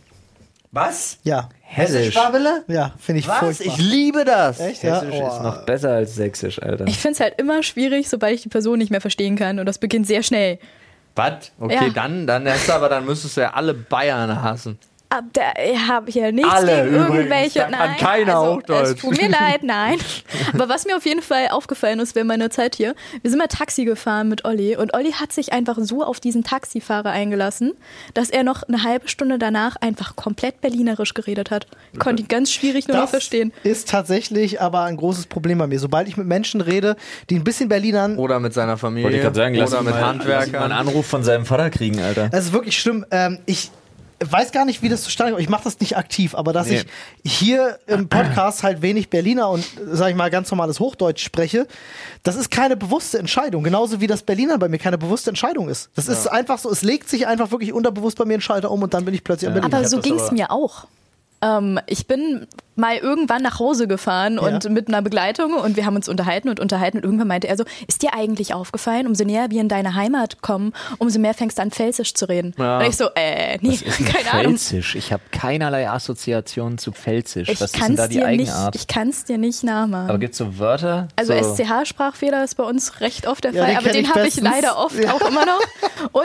B: Was?
A: Ja.
D: Hessisch.
B: Schwabele?
A: Ja, finde ich
B: Was?
A: furchtbar.
B: Ich liebe das.
A: Echt? Ja?
D: Hessisch
A: Oh.
D: ist noch besser als sächsisch, Alter.
C: Ich finde es halt immer schwierig, sobald ich die Person nicht mehr verstehen kann. Und das beginnt sehr schnell.
B: Was? Okay,
C: Ja.
B: dann, dann erst aber dann müsstest du ja alle Bayern hassen.
C: Ab da habe ich ja nichts
B: Alle
C: gegen
B: übrigens,
C: irgendwelche.
B: da kann
C: nein,
B: keiner
C: also,
B: Hochdeutsch.
C: Es tut mir
B: [laughs]
C: leid, nein. Aber was mir auf jeden Fall aufgefallen ist während meiner Zeit hier, wir sind mal Taxi gefahren mit Olli und Olli hat sich einfach so auf diesen Taxifahrer eingelassen, dass er noch eine halbe Stunde danach einfach komplett berlinerisch geredet hat. Konnte ihn ganz schwierig nur noch
A: Das
C: verstehen.
A: ist tatsächlich aber ein großes Problem bei mir. Sobald ich mit Menschen rede, die ein bisschen Berlinern
B: Oder mit seiner Familie.
D: Wollte ich gerade sagen, lass
B: oder
D: ihn
B: mit
D: mal- lass ihn mal
B: Handwerkern.
D: einen Anruf von seinem Vater kriegen, Alter.
A: Das ist wirklich schlimm. Ähm, ich weiß gar nicht, wie das zustande kommt. Ich mache das nicht aktiv, aber dass
D: Nee.
A: ich hier im Podcast halt wenig Berliner und, sage ich mal, ganz normales Hochdeutsch spreche, das ist keine bewusste Entscheidung. Genauso wie das Berliner bei mir keine bewusste Entscheidung ist. Das ist einfach so, es legt sich einfach wirklich unterbewusst bei mir ein Schalter um und dann bin ich plötzlich am Berliner.
C: Aber so
B: das
C: ging es
B: aber-
C: mir auch. Ähm, ich bin mal irgendwann nach Hause gefahren und mit einer Begleitung und wir haben uns unterhalten und unterhalten und irgendwann meinte er so, ist dir eigentlich aufgefallen, umso näher wir in deine Heimat kommen, umso mehr fängst du an Pfälzisch zu reden.
B: Ja.
C: Und ich so, äh, nee, keine Ahnung.
D: Pfälzisch. Ich habe keinerlei Assoziation zu Pfälzisch.
C: Ich
D: Was ist denn
C: kann's
D: da die
C: dir nicht,
D: Eigenart?
C: ich kann's dir nicht
D: aber
C: nachmachen.
D: gibt es so Wörter?
C: Also
D: so,
C: SCH-Sprachfehler ist bei uns recht oft der
A: Ja,
C: Fall,
A: den
C: aber
A: kenn
C: den
A: ich
C: habe ich
A: bestens.
C: leider oft
A: Ja.
C: auch immer noch. Und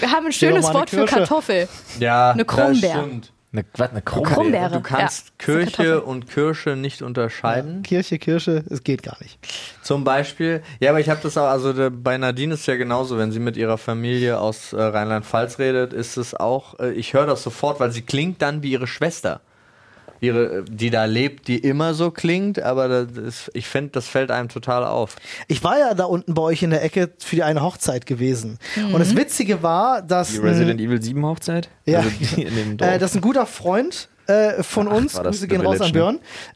C: wir haben ein schönes
A: doch mal
C: Wort
A: eine
C: für
A: Kirsche.
C: Kartoffel.
B: ja,
C: Eine
B: das
C: Krummbeer.
B: stimmt.
D: Eine, was, eine
C: Krummbeere.
B: Du kannst
C: Ja,
B: Kirche
C: Kartoffeln.
B: und Kirsche nicht unterscheiden.
A: Kirche, Kirche, es geht gar nicht.
B: Zum Beispiel, ja, aber ich habe das auch, also de, bei Nadine ist ja genauso, wenn sie mit ihrer Familie aus äh, Rheinland-Pfalz redet, ist es auch, äh, ich höre das sofort, weil sie klingt dann wie ihre Schwester. Ihre, äh, die da lebt, die immer so klingt, aber das ist, ich finde, das fällt einem total auf.
A: Ich war ja da unten bei euch in der Ecke für die eine Hochzeit gewesen. Und das Witzige war, dass.
D: Die
A: ein-
D: Resident Evil 7 Hochzeit?
A: Ja.
D: Also die in dem Dorf.
A: Äh, das ist ein guter Freund äh, von
D: Ach,
A: uns.
D: war das
A: Grüße
D: ne? The
A: gehen raus an
D: Village,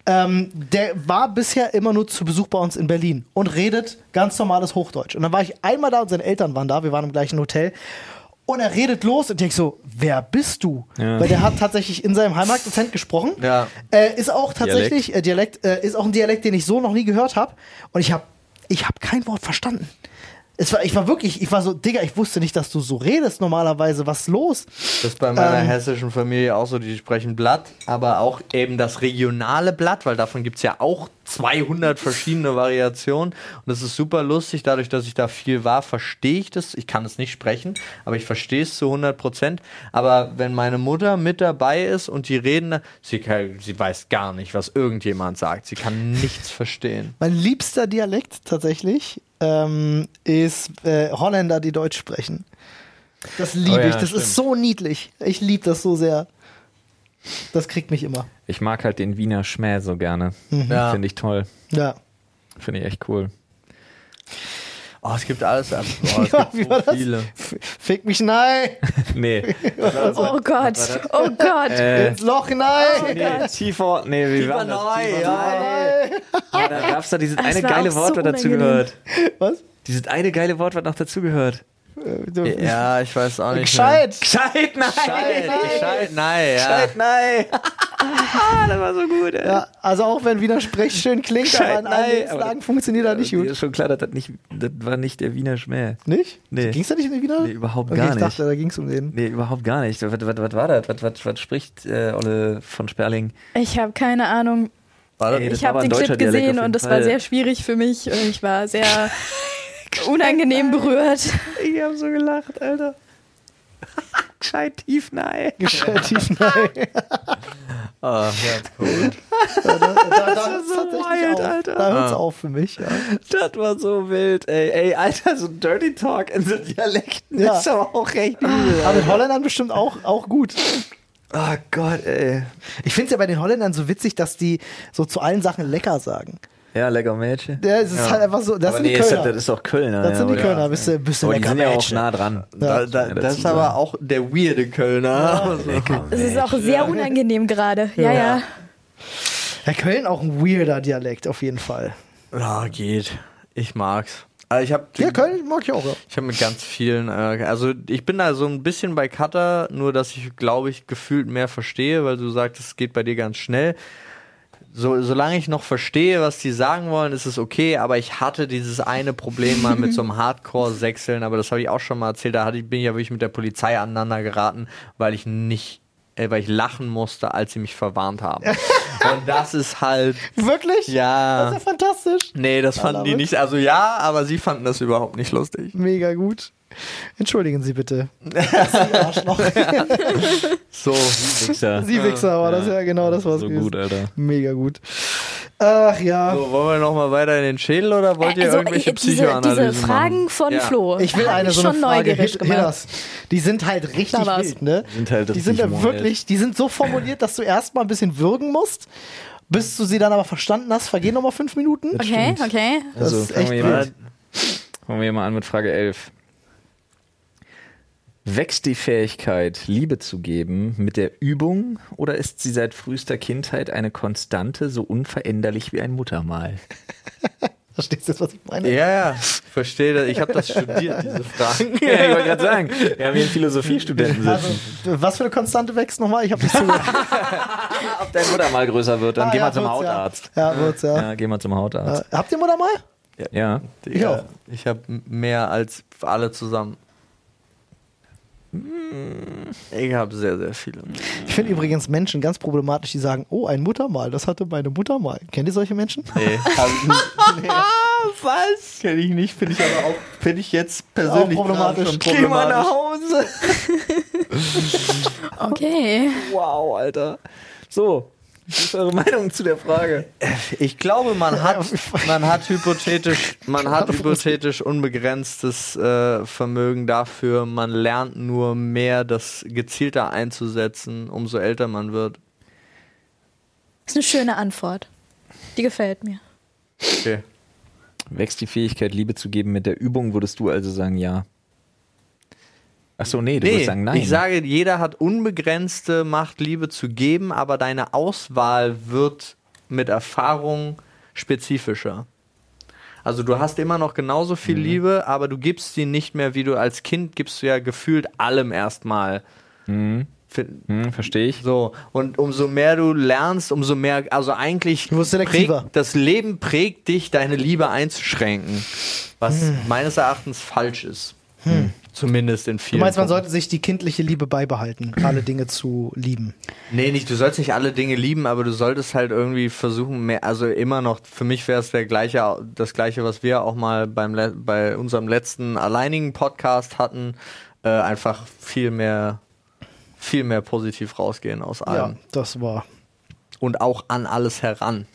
A: Björn. Ähm, der war bisher immer nur zu Besuch bei uns in Berlin und redet ganz normales Hochdeutsch. Und dann war ich einmal da und seine Eltern waren da, wir waren im gleichen Hotel. Und er redet los und denkt so, wer bist du?
D: Ja.
A: Weil der hat tatsächlich in seinem Heimatdozent gesprochen.
B: Ja.
A: Äh, ist auch tatsächlich Dialekt, äh, Dialekt äh, ist auch ein Dialekt, den ich so noch nie gehört habe. Und ich habe ich hab kein Wort verstanden. Es war, ich war wirklich, ich war so, Digga, ich wusste nicht, dass du so redest normalerweise. Was ist los?
B: Das ist bei meiner
A: Ähm.
B: hessischen Familie auch so, die sprechen Blatt, aber auch eben das regionale Blatt, weil davon gibt es ja auch 200 verschiedene Variationen. Und das ist super lustig, dadurch, dass ich da viel war, verstehe ich das. Ich kann es nicht sprechen, aber ich verstehe es zu 100 Prozent. Aber wenn meine Mutter mit dabei ist und die reden, da- sie, kann, sie weiß gar nicht, was irgendjemand sagt. Sie kann nichts verstehen.
A: Mein liebster Dialekt tatsächlich ähm, ist äh, Holländer, die Deutsch sprechen. Das liebe
D: Oh ja,
A: ich. Das
D: stimmt.
A: ist so niedlich. Ich liebe das so sehr. Das kriegt mich immer.
D: Ich mag halt den Wiener Schmäh so gerne.
B: Ja.
D: Finde ich toll.
A: Ja.
D: Finde ich echt cool.
B: Oh, es
A: [laughs]
B: gibt alles ab. Oh, es
A: Ja,
B: gibt
A: wie
B: so
A: war das?
B: viele.
A: F- Fick mich nein!
D: Nee.
C: Oh Gott, oh Gott.
D: äh,
A: Ins Loch hinein!
D: nee, tiefer. Nee, wie war das?
B: neu, ja.
D: Ja, da
C: Äh,
D: gab es da dieses
C: Das
D: eine
C: war
D: geile
C: auch
D: Wort,
C: so
D: was dazugehört.
C: unangenehm.
D: Ah.
A: [laughs] Was?
D: Dieses eine geile Wort, was noch dazugehört.
A: Äh,
B: Ja, ich weiß auch nicht.
A: Gescheit!
D: Gescheit, nein!
B: Mehr. Gescheit, gescheit, nein, ja.
D: Gescheit, nein! [laughs] ah, das war so gut, ey.
A: Ja, also auch wenn Wiener Sprech schön klingt, aber in
D: Gescheit,
A: allen
D: nein,
A: Lebenslagen
D: aber-
A: funktioniert das nicht
D: Mir
A: gut.
D: Ist schon klar, dass das nicht, das war nicht der Wiener Schmäh.
A: Nicht?
D: Nee.
A: Ging's da nicht in den Wiener?
D: Nee, überhaupt
A: okay,
D: gar
A: ich
D: nicht.
A: dachte, da ging's um den.
D: Nee, überhaupt gar nicht. Was, was, was war das? Was, was, was spricht äh, Olle von Sperling?
C: Ich habe keine Ahnung.
B: War das,
D: Ey, das
C: Ich
D: war aber
C: habe
D: ein
C: den
D: deutscher
C: Clip
D: Dialekt
C: gesehen
D: auf jeden
C: und das
D: Fall.
C: war sehr schwierig für mich. Ich war
D: [laughs]
C: sehr unangenehm berührt.
D: Ich hab so gelacht, Alter. [laughs] Gescheit tief, nein.
A: Gescheit [laughs] tief nein.
B: Ah, ja, cool.
A: Da, da hört's
D: so
A: tatsächlich
D: wild,
A: auf.
D: Alter.
A: Da hört's
B: Ah.
A: auf für mich. Ja.
D: Das war so wild, ey. Ey, Alter, so Dirty Talk in so Dialekten
A: Ja.
D: ist aber auch recht übel.
A: Aber den Holländern bestimmt auch, auch gut.
D: Oh Gott, ey.
A: Äh, Ich find's ja bei den Holländern so witzig, dass die so zu allen Sachen lecker sagen.
D: Ja, lecker Mädchen.
A: Ja, es ist halt einfach so, das
D: aber
A: sind die
D: nee, ist,
A: Kölner.
D: das ist doch Kölner.
A: Das sind die
D: oder?
A: Kölner, bist du, bist du
D: Aber die
A: lecker
D: sind ja auch
A: Mädchen.
D: nah dran.
B: Da, da,
D: Ja,
B: das
D: dazu
B: ist aber auch der weirde Kölner. Also,
C: Es ist auch sehr unangenehm gerade. Ja, ja.
A: Ja, Köln auch ein weirder Dialekt auf jeden Fall.
B: [laughs] Ja, geht. Ich mag's. Also ich habe
A: Ja, Köln mag ich auch. Ja.
B: ich hab mit ganz vielen, äh, also ich bin da so ein bisschen bei Cutter, nur dass ich, glaube ich, gefühlt mehr verstehe, weil du sagst, es geht bei dir ganz schnell. So, solange ich noch verstehe, was die sagen wollen, ist es okay, aber ich hatte dieses eine Problem mal mit
A: [laughs]
B: so einem Hardcore-Sechseln, aber das habe ich auch schon mal erzählt, da hatte ich, bin ich ja wirklich mit der Polizei aneinander geraten, weil ich nicht, äh, weil ich lachen musste, als sie mich
A: [laughs]
B: verwarnt haben. Und das ist halt,
A: Wirklich?
B: ja.
A: Das ist ja fantastisch.
B: Nee, das fanden die
A: David?
B: nicht. Also ja, aber sie fanden das überhaupt nicht lustig.
A: Mega gut. Entschuldigen Sie bitte. Sie Arschloch.
B: So.
D: Wichser.
A: Sie Wichser, aber das ist ja genau das, was
D: So
A: gewesen.
D: gut, Alter.
A: Mega gut. Ach ja.
B: so wollen wir nochmal weiter in den Schädel oder wollt ihr
C: Also,
B: irgendwelche
C: äh, diese,
B: Psychoanalysen
C: diese Fragen
B: machen?
C: von
B: Ja.
C: Flo.
A: Ich will
C: haben
A: eine
C: mich
A: so eine
C: schon
A: Frage.
C: neugierig
A: Hit-
C: gemacht.
A: Hitlers. Die sind halt richtig
C: Da war's.
A: wild, ne?
D: Die sind halt
A: die sind
D: richtig
A: ja wirklich, die sind so formuliert, dass du erstmal ein bisschen würgen musst, bis du sie dann aber verstanden hast, vergehen nochmal fünf Minuten.
C: Okay, okay.
A: Das
D: Also,
A: ist
D: fangen
A: echt
D: wir, hier mal,
A: wild.
D: fangen wir hier mal an mit Frage 11. Wächst die Fähigkeit, Liebe zu geben, mit der Übung oder ist sie seit frühester Kindheit eine Konstante, so unveränderlich wie ein Muttermal?
A: Verstehst du jetzt, was ich meine?
B: Ja, ja. Ich verstehe das. Ich habe das studiert, diese Fragen.
D: ja, ich wollte gerade sagen, wir haben hier einen Philosophiestudenten
A: Also,
D: sitzen.
A: was für eine Konstante wächst nochmal? Ich habe
D: [laughs]
A: nicht zugehört.
D: Ob dein Muttermal größer wird, dann
A: Ah,
D: geh
A: ja,
D: mal zum
A: wird's, ja.
D: Hautarzt.
A: Ja, wird's, ja.
D: Ja, geh mal zum
A: Äh,
D: Hautarzt.
A: Habt ihr Mutter mal?
D: Ja.
A: Ich auch.
B: [laughs] Ich habe mehr als alle zusammen. Hm, Ich habe sehr, sehr viele. [laughs]
A: Ich finde übrigens Menschen ganz problematisch, die sagen, oh, ein Muttermal, das hatte meine Mutter mal. Kennt ihr solche Menschen?
B: Nee. [laughs] Was? Kenne ich nicht, finde ich aber auch, finde ich jetzt persönlich
A: Auch problematisch.
B: gerade schon
A: Geh mal nach
B: Hause.
C: Okay.
D: Wow, Alter. So, wie ist eure Meinung zu der Frage?
B: Ich glaube, man hat, man hat hypothetisch, man hat hypothetisch unbegrenztes äh, Vermögen dafür. Man lernt nur mehr, das gezielter einzusetzen, umso älter man wird.
C: Ist eine schöne Antwort. Die gefällt mir.
B: Okay.
D: Wächst die Fähigkeit, Liebe zu geben mit der Übung, würdest du also sagen ja? Ach so, nee, du
B: Nee,
D: würdest sagen nein.
B: ich sage, jeder hat unbegrenzte Macht, Liebe zu geben, aber deine Auswahl wird mit Erfahrung spezifischer. Also du hast immer noch genauso viel Liebe, aber du gibst sie nicht mehr, wie du als Kind gibst du ja gefühlt allem erstmal. Fin-
D: hm, verstehe ich.
B: So, und umso mehr du lernst, umso mehr, also eigentlich
A: Du wirst selektiver.
B: prägt, das Leben prägt dich, deine Liebe einzuschränken. Was
A: Hm.
B: meines Erachtens falsch ist. Hm. Zumindest in
A: Du
B: vielen.
A: meinst, man
B: Punkten.
A: sollte sich die kindliche Liebe [clears throat] beibehalten, alle Dinge zu lieben.
B: Nee, nicht, du sollst nicht alle Dinge lieben, aber du solltest halt irgendwie versuchen, mehr, also immer noch, für mich wäre es der gleiche, das gleiche, was wir auch mal beim, le- bei unserem letzten alleinigen Podcast hatten, äh, einfach viel mehr, viel mehr positiv rausgehen aus allem.
A: Ja, das war.
B: Und auch an alles heran.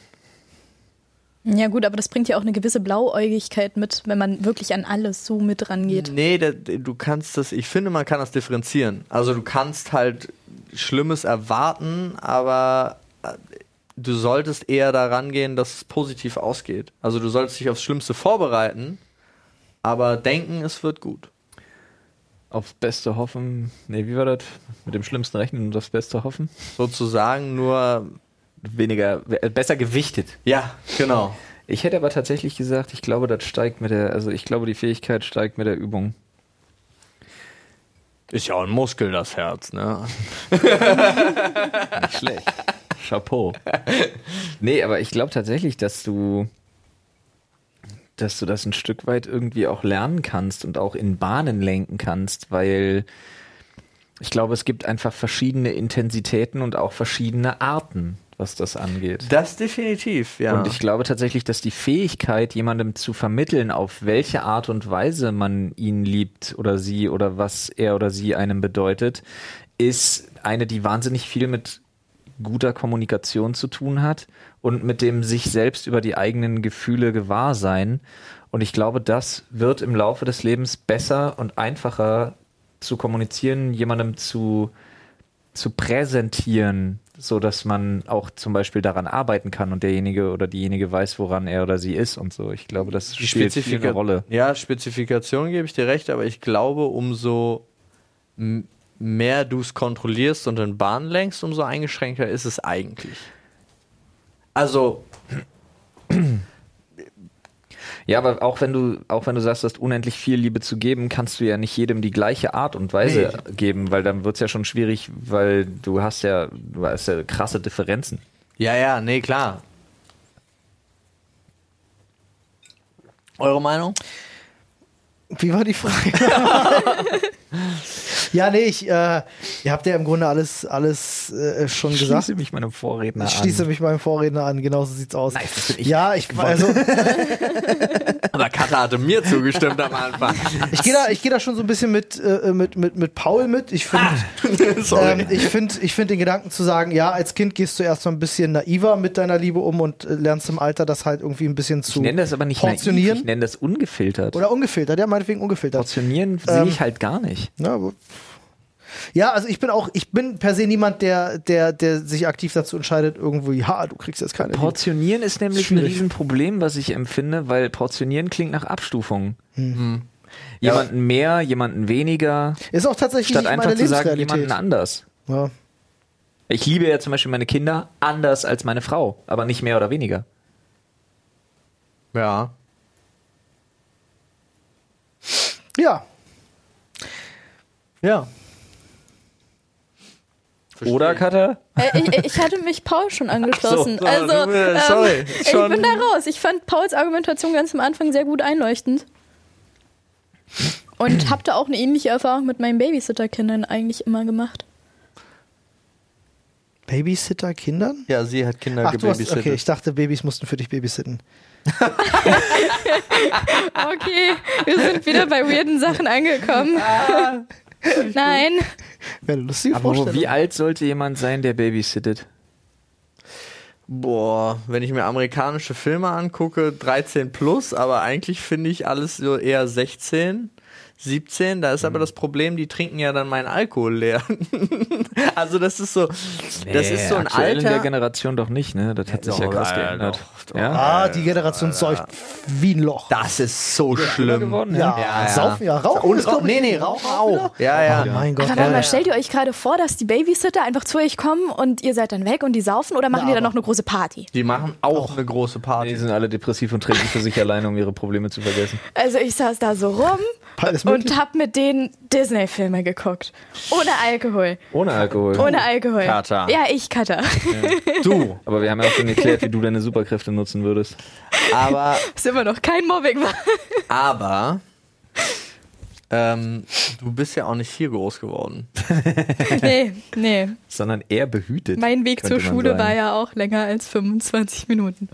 C: Ja, gut, aber das bringt ja auch eine gewisse Blauäugigkeit mit, wenn man wirklich an alles so mit rangeht.
B: Nee, da, du kannst das, ich finde, man kann das differenzieren. Also du kannst halt Schlimmes erwarten, aber äh, du solltest eher daran gehen, dass es positiv ausgeht. Also du solltest dich aufs Schlimmste vorbereiten, aber denken, es wird gut.
D: Aufs Beste hoffen. Nee, wie war das? Mit dem Schlimmsten rechnen und aufs Beste hoffen?
B: Sozusagen nur,
D: Weniger, äh, besser gewichtet.
B: ja, genau.
D: Ich hätte aber tatsächlich gesagt, ich glaube, das steigt mit der, also ich glaube, die Fähigkeit steigt mit der Übung.
B: Ist ja auch ein Muskel, das Herz, ne?
D: Nicht schlecht. Chapeau. Nee, aber ich glaube tatsächlich, dass du, dass du das ein Stück weit irgendwie auch lernen kannst und auch in Bahnen lenken kannst, weil ich glaube, es gibt einfach verschiedene Intensitäten und auch verschiedene Arten, was das angeht.
B: Das definitiv, ja.
D: Und ich glaube tatsächlich, dass die Fähigkeit, jemandem zu vermitteln, auf welche Art und Weise man ihn liebt oder sie oder was er oder sie einem bedeutet, ist eine, die wahnsinnig viel mit guter Kommunikation zu tun hat und mit dem sich selbst über die eigenen Gefühle gewahr sein. Und ich glaube, das wird im Laufe des Lebens besser und einfacher zu kommunizieren, jemandem zu zu präsentieren, so dass man auch zum Beispiel daran arbeiten kann und derjenige oder diejenige weiß, woran er oder sie ist und so. Ich glaube, das spielt viel eine
B: Spezifika-
D: Rolle.
B: Ja, Spezifikation gebe ich dir recht, aber ich glaube, umso m- mehr du es kontrollierst und in Bahn lenkst, umso eingeschränkter ist es eigentlich. Also,
D: Ja, aber auch wenn du auch wenn du sagst, du hast unendlich viel Liebe zu geben, kannst du ja nicht jedem die gleiche Art und Weise geben, weil dann wird's ja schon schwierig, weil du hast ja du hast ja krasse Differenzen.
B: ja, ja, nee, klar. Eure Meinung?
A: Wie war die Frage? [laughs] ja, nee, ich, äh, ihr habt ja im Grunde alles, alles äh, schon gesagt.
D: mich meinem Vorredner
A: Ich schließe mich meinem Vorredner an, genauso sieht's aus. ja, ich, also,
B: Aber Katha hatte mir zugestimmt am
D: [laughs]
B: Anfang.
A: ich gehe da, ich geh da schon so ein bisschen mit, äh, mit, mit, mit Paul mit. Ich finde [laughs] ähm, ich find, ich find den Gedanken zu sagen, ja, als Kind gehst du erst mal ein bisschen naiver mit deiner Liebe um und äh, lernst im Alter das halt irgendwie ein bisschen zu
D: Ich nenne das aber nicht naiv,
A: portionieren.
D: ich nenne das ungefiltert.
A: oder Ähm, ungefiltert, ja, meinetwegen ungefiltert.
D: Portionieren sehe ich halt gar nicht.
A: Ja, aber- ja, also ich bin auch, ich bin per se niemand, der, der, der sich aktiv dazu entscheidet, irgendwo, ja, du kriegst jetzt keine Liebe.
D: Portionieren ist nämlich ein
A: Schwierig.
D: Riesenproblem, was ich empfinde, weil Portionieren klingt nach Abstufung.
A: Hm.
D: Hm. Jemanden mehr, jemanden weniger,
A: Ist auch tatsächlich
D: statt
A: nicht
D: einfach
A: meine
D: zu sagen,
A: Lebensrealität.
D: jemanden anders.
A: ja.
D: Ich liebe ja zum Beispiel meine Kinder anders als meine Frau, aber nicht mehr oder weniger.
B: ja.
A: ja.
B: Ja.
D: Oder, Katha?
C: Äh, ich, ich hatte mich Paul schon angeschlossen.
B: Ach so, so,
C: also,
B: du, äh,
C: ähm,
B: sorry,
C: ich
B: schon-
C: bin da raus. Ich fand Pauls Argumentation ganz am Anfang sehr gut einleuchtend. Und habe da auch eine ähnliche Erfahrung mit meinen Babysitterkindern eigentlich immer gemacht.
A: Babysitter Kindern?
B: Ja, sie hat Kinder
A: Ach, du hast,
B: gebabysittet.
A: okay, ich dachte, Babys mussten für dich babysitten.
C: Okay, wir sind wieder bei weirden Sachen angekommen.
B: Ah.
C: Nein,
A: Wäre eine lustige
D: Aber
A: Vorstellung.
D: wie alt sollte jemand sein, der babysittet?
B: Boah, wenn ich mir amerikanische Filme angucke, 13 plus, aber eigentlich finde ich alles so eher 16, 17. Da ist aber das Problem, die trinken ja dann meinen Alkohol leer. [laughs] also das ist so, das ist so ein
D: Äh, aktuell in der
B: Alter.
D: Generation doch nicht, ne? Das hat sich ja
B: Doch,
D: krass
B: äh,
D: geändert.
B: doch,
D: Ja?
A: ah, die
D: Äh,
A: Generation seucht wie ein Loch.
B: Das ist so schlimm.
D: Geworden,
A: Ähm, ja,
B: ja.
A: saufen, ja, rauchen.
B: Und
A: ist, glaub
B: Rauch,
A: ich,
B: nee, nee,
A: wieder-
B: Rauchen auch. Ja,
A: Oh
B: ja.
A: mein Gott.
C: aber warte mal, stellt ihr euch gerade vor, dass die Babysitter einfach zu euch kommen und ihr seid dann weg und die saufen oder machen die dann noch eine große Party?
B: Die machen auch eine große
D: Die
B: Party.
D: sind alle depressiv und trinken für sich alleine, um ihre Probleme zu vergessen.
C: Also ich saß da so rum
A: Alles
C: und
A: möglich.
C: hab mit denen Disney-Filme geguckt. Ohne Alkohol.
D: Ohne Alkohol.
C: Ohne Alkohol.
B: Kater.
C: Ja, ich Kater. [laughs]
D: [laughs]
B: Du,
D: Aber wir haben ja auch schon geklärt, wie du deine Superkräfte nutzen würdest.
B: aber
C: Ist immer noch kein
D: [laughs]
C: Mobbing. wa?
B: Aber ähm, du bist ja auch nicht hier groß geworden.
C: nee, nee.
D: Sondern eher behütet.
C: Mein Weg
D: könnte
C: zur
D: man
C: Schule
D: sagen.
C: war ja auch länger als 25 Minuten.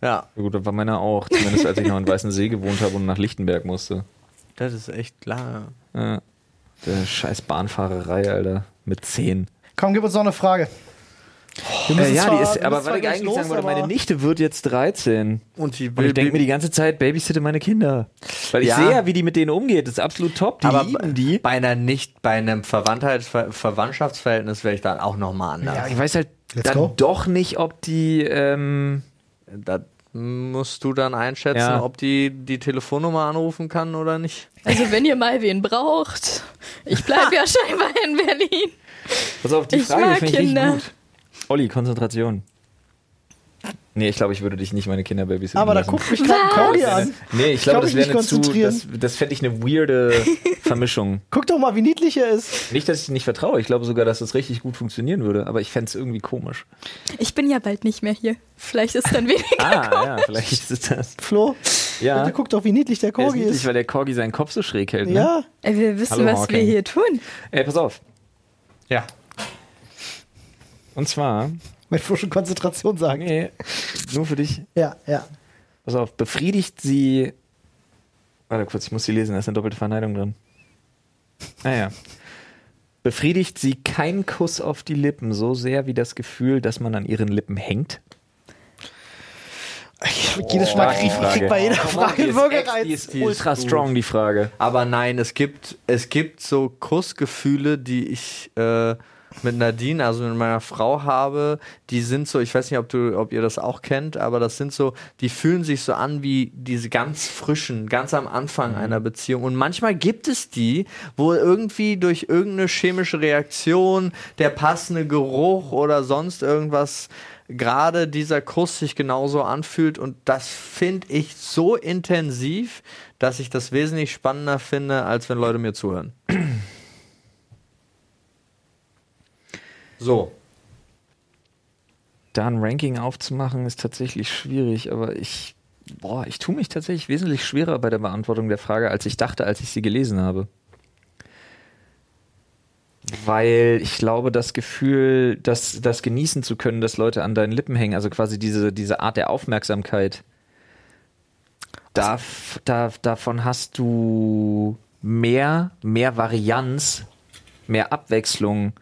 B: Ja,
D: Ja Gut, das war meiner auch. Zumindest als ich noch in Weißensee gewohnt habe und nach Lichtenberg musste.
B: das ist echt lange.
D: Ja. Der scheiß Bahnfahrerei, Alter. Mit 10.
A: Komm, gib uns noch eine Frage.
D: Äh, ja, die ist,
A: wir müssen
D: aber was
A: zwar
D: ich
A: gleich
D: eigentlich
A: los,
D: sagen wollte, meine
A: aber-
D: Nichte wird jetzt 13.
B: Und die
D: Und ich denke mir
B: die
D: die ganze Zeit, babysitte meine Kinder. Weil ich
B: Ja.
D: sehe ja, wie die mit denen umgeht. Das ist absolut top. Die
B: aber
D: lieben die.
B: bei einer nicht bei einem Verwandtheits Ver Verwandtschaftsverhältnis wäre ich dann auch noch mal
D: Ja,
B: anders.
D: ich weiß halt
A: Let's
D: dann
A: go.
D: doch nicht, ob die. Ähm,
B: Da musst du dann einschätzen,
D: Ja.
B: ob die die Telefonnummer anrufen kann oder nicht.
C: Also wenn ihr mal wen braucht, ich
D: [laughs]
C: bleibe ja scheinbar in Berlin.
D: pass auf, die
C: Ich
D: Frage
C: mag
D: finde ich richtig
C: Kinder.
D: gut. Olli, Konzentration. Nee, ich glaube, ich würde dich nicht meine Kinder babysitten.
A: Aber da
D: lassen.
A: guckt mich gerade Cody an.
D: Nee, ich,
A: Ich
D: glaube,
A: glaub,
D: das
A: ich
D: wäre eine
A: mich
D: zu.
A: konzentrieren.
D: Das, das fände ich
A: [laughs]
D: eine weirde Vermischung.
A: Guck doch mal, wie niedlich er ist.
D: Nicht, dass ich nicht vertraue. Ich glaube sogar, dass das richtig gut funktionieren würde. Aber ich fände es irgendwie komisch.
C: Ich bin ja bald nicht mehr hier. Vielleicht ist
D: [laughs]
C: dann weniger.
D: Ah, ja, vielleicht ist es das.
A: Flo,
D: Ja.
A: bitte guck doch, wie niedlich der
D: Der ist
A: Corgi
D: niedlich,
A: ist.
D: weil der Corgi seinen Kopf so schräg hält. Ne?
A: Ja,
C: Ey, Äh, Wir wissen,
D: Hallo,
C: was wir
D: Hawking.
C: hier tun.
D: Ey, pass auf.
B: Ja.
D: Und zwar,
A: mit Flo schon Konzentration sagen.
D: nee, nur für dich.
A: Ja, ja.
D: Pass auf, befriedigt sie. Warte kurz, ich muss sie lesen, da ist eine doppelte Verneidung drin. Naja. Befriedigt sie kein Kuss auf die Lippen so sehr wie das Gefühl, dass man an ihren Lippen hängt?
A: Ich, jedes Mal krieg ich krieg bei jeder Frage einen
D: Die
A: Würgereiz.
D: ist
B: Die ist
D: ultra
B: gut.
D: strong, die Frage.
B: Aber nein, es gibt, es gibt so Kussgefühle, die ich äh, mit Nadine, also mit meiner Frau habe. Die sind so, ich weiß nicht, ob, du, ob ihr das auch kennt, aber das sind so, die fühlen sich so an wie diese ganz frischen, ganz am Anfang einer Beziehung. Und manchmal gibt es die, wo irgendwie durch irgendeine chemische Reaktion, der passende Geruch oder sonst irgendwas gerade dieser Kuss sich genauso anfühlt und das finde ich so intensiv, dass ich das wesentlich spannender finde, als wenn Leute
A: [clears throat]
B: mir zuhören. So.
D: Da ein Ranking aufzumachen, ist tatsächlich schwierig, aber ich. Boah, ich tue mich tatsächlich wesentlich schwerer bei der Beantwortung der Frage, als ich dachte, als ich sie gelesen habe. Weil ich glaube, das Gefühl, das, das genießen zu können, dass Leute an deinen Lippen hängen, also quasi diese, diese Art der Aufmerksamkeit,
B: Also
D: da, da, davon hast du mehr, mehr Varianz, mehr Abwechslung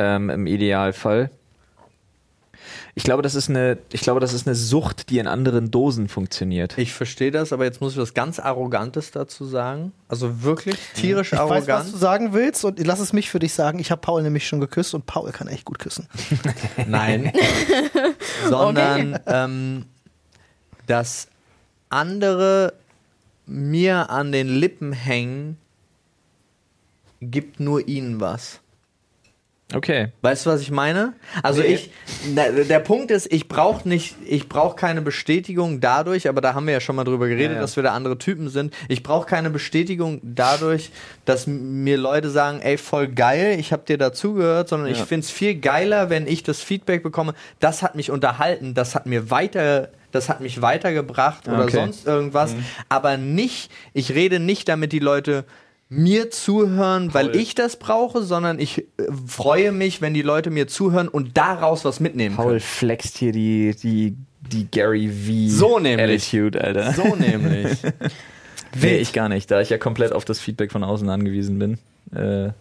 D: ähm, im Idealfall. Ich glaube, das ist eine, ich glaube, das ist eine Sucht, die in anderen Dosen funktioniert.
B: Ich verstehe das, aber jetzt muss ich was ganz Arrogantes dazu sagen. Also wirklich tierisch
A: Ich weiß, was du
B: arrogant.
A: sagen willst und lass es mich für dich sagen. Ich habe Paul nämlich schon geküsst und Paul kann echt gut küssen. [laughs]
B: Nein. Sondern, ähm, dass andere mir an den Lippen hängen, gibt nur ihnen was.
D: Okay.
B: Weißt du, was ich meine? Also
D: Nee.
B: ich, na, der Punkt ist, ich brauche nicht, ich brauche keine Bestätigung dadurch, aber da haben wir ja schon mal drüber geredet,
D: Ja, ja.
B: dass wir da andere Typen sind. Ich brauche keine Bestätigung dadurch, dass m- mir Leute sagen, ey, voll geil, ich habe dir dazugehört, sondern ich
D: Ja.
B: find's viel geiler, wenn ich das Feedback bekomme. Das hat mich unterhalten, das hat mir weiter, das hat mich weitergebracht oder
D: Okay.
B: sonst irgendwas. Aber nicht, ich rede nicht, damit die Leute mir zuhören, weil ich das brauche, sondern ich äh, freue mich, wenn die Leute mir zuhören und daraus was mitnehmen
D: Paul
B: können.
D: flext hier die, die, die Gary V.
B: So nämlich.
D: Attitude,
B: [laughs]
D: Alter.
B: So nämlich.
D: nee, ich gar nicht, da ich ja komplett auf das Feedback von außen angewiesen bin. Äh,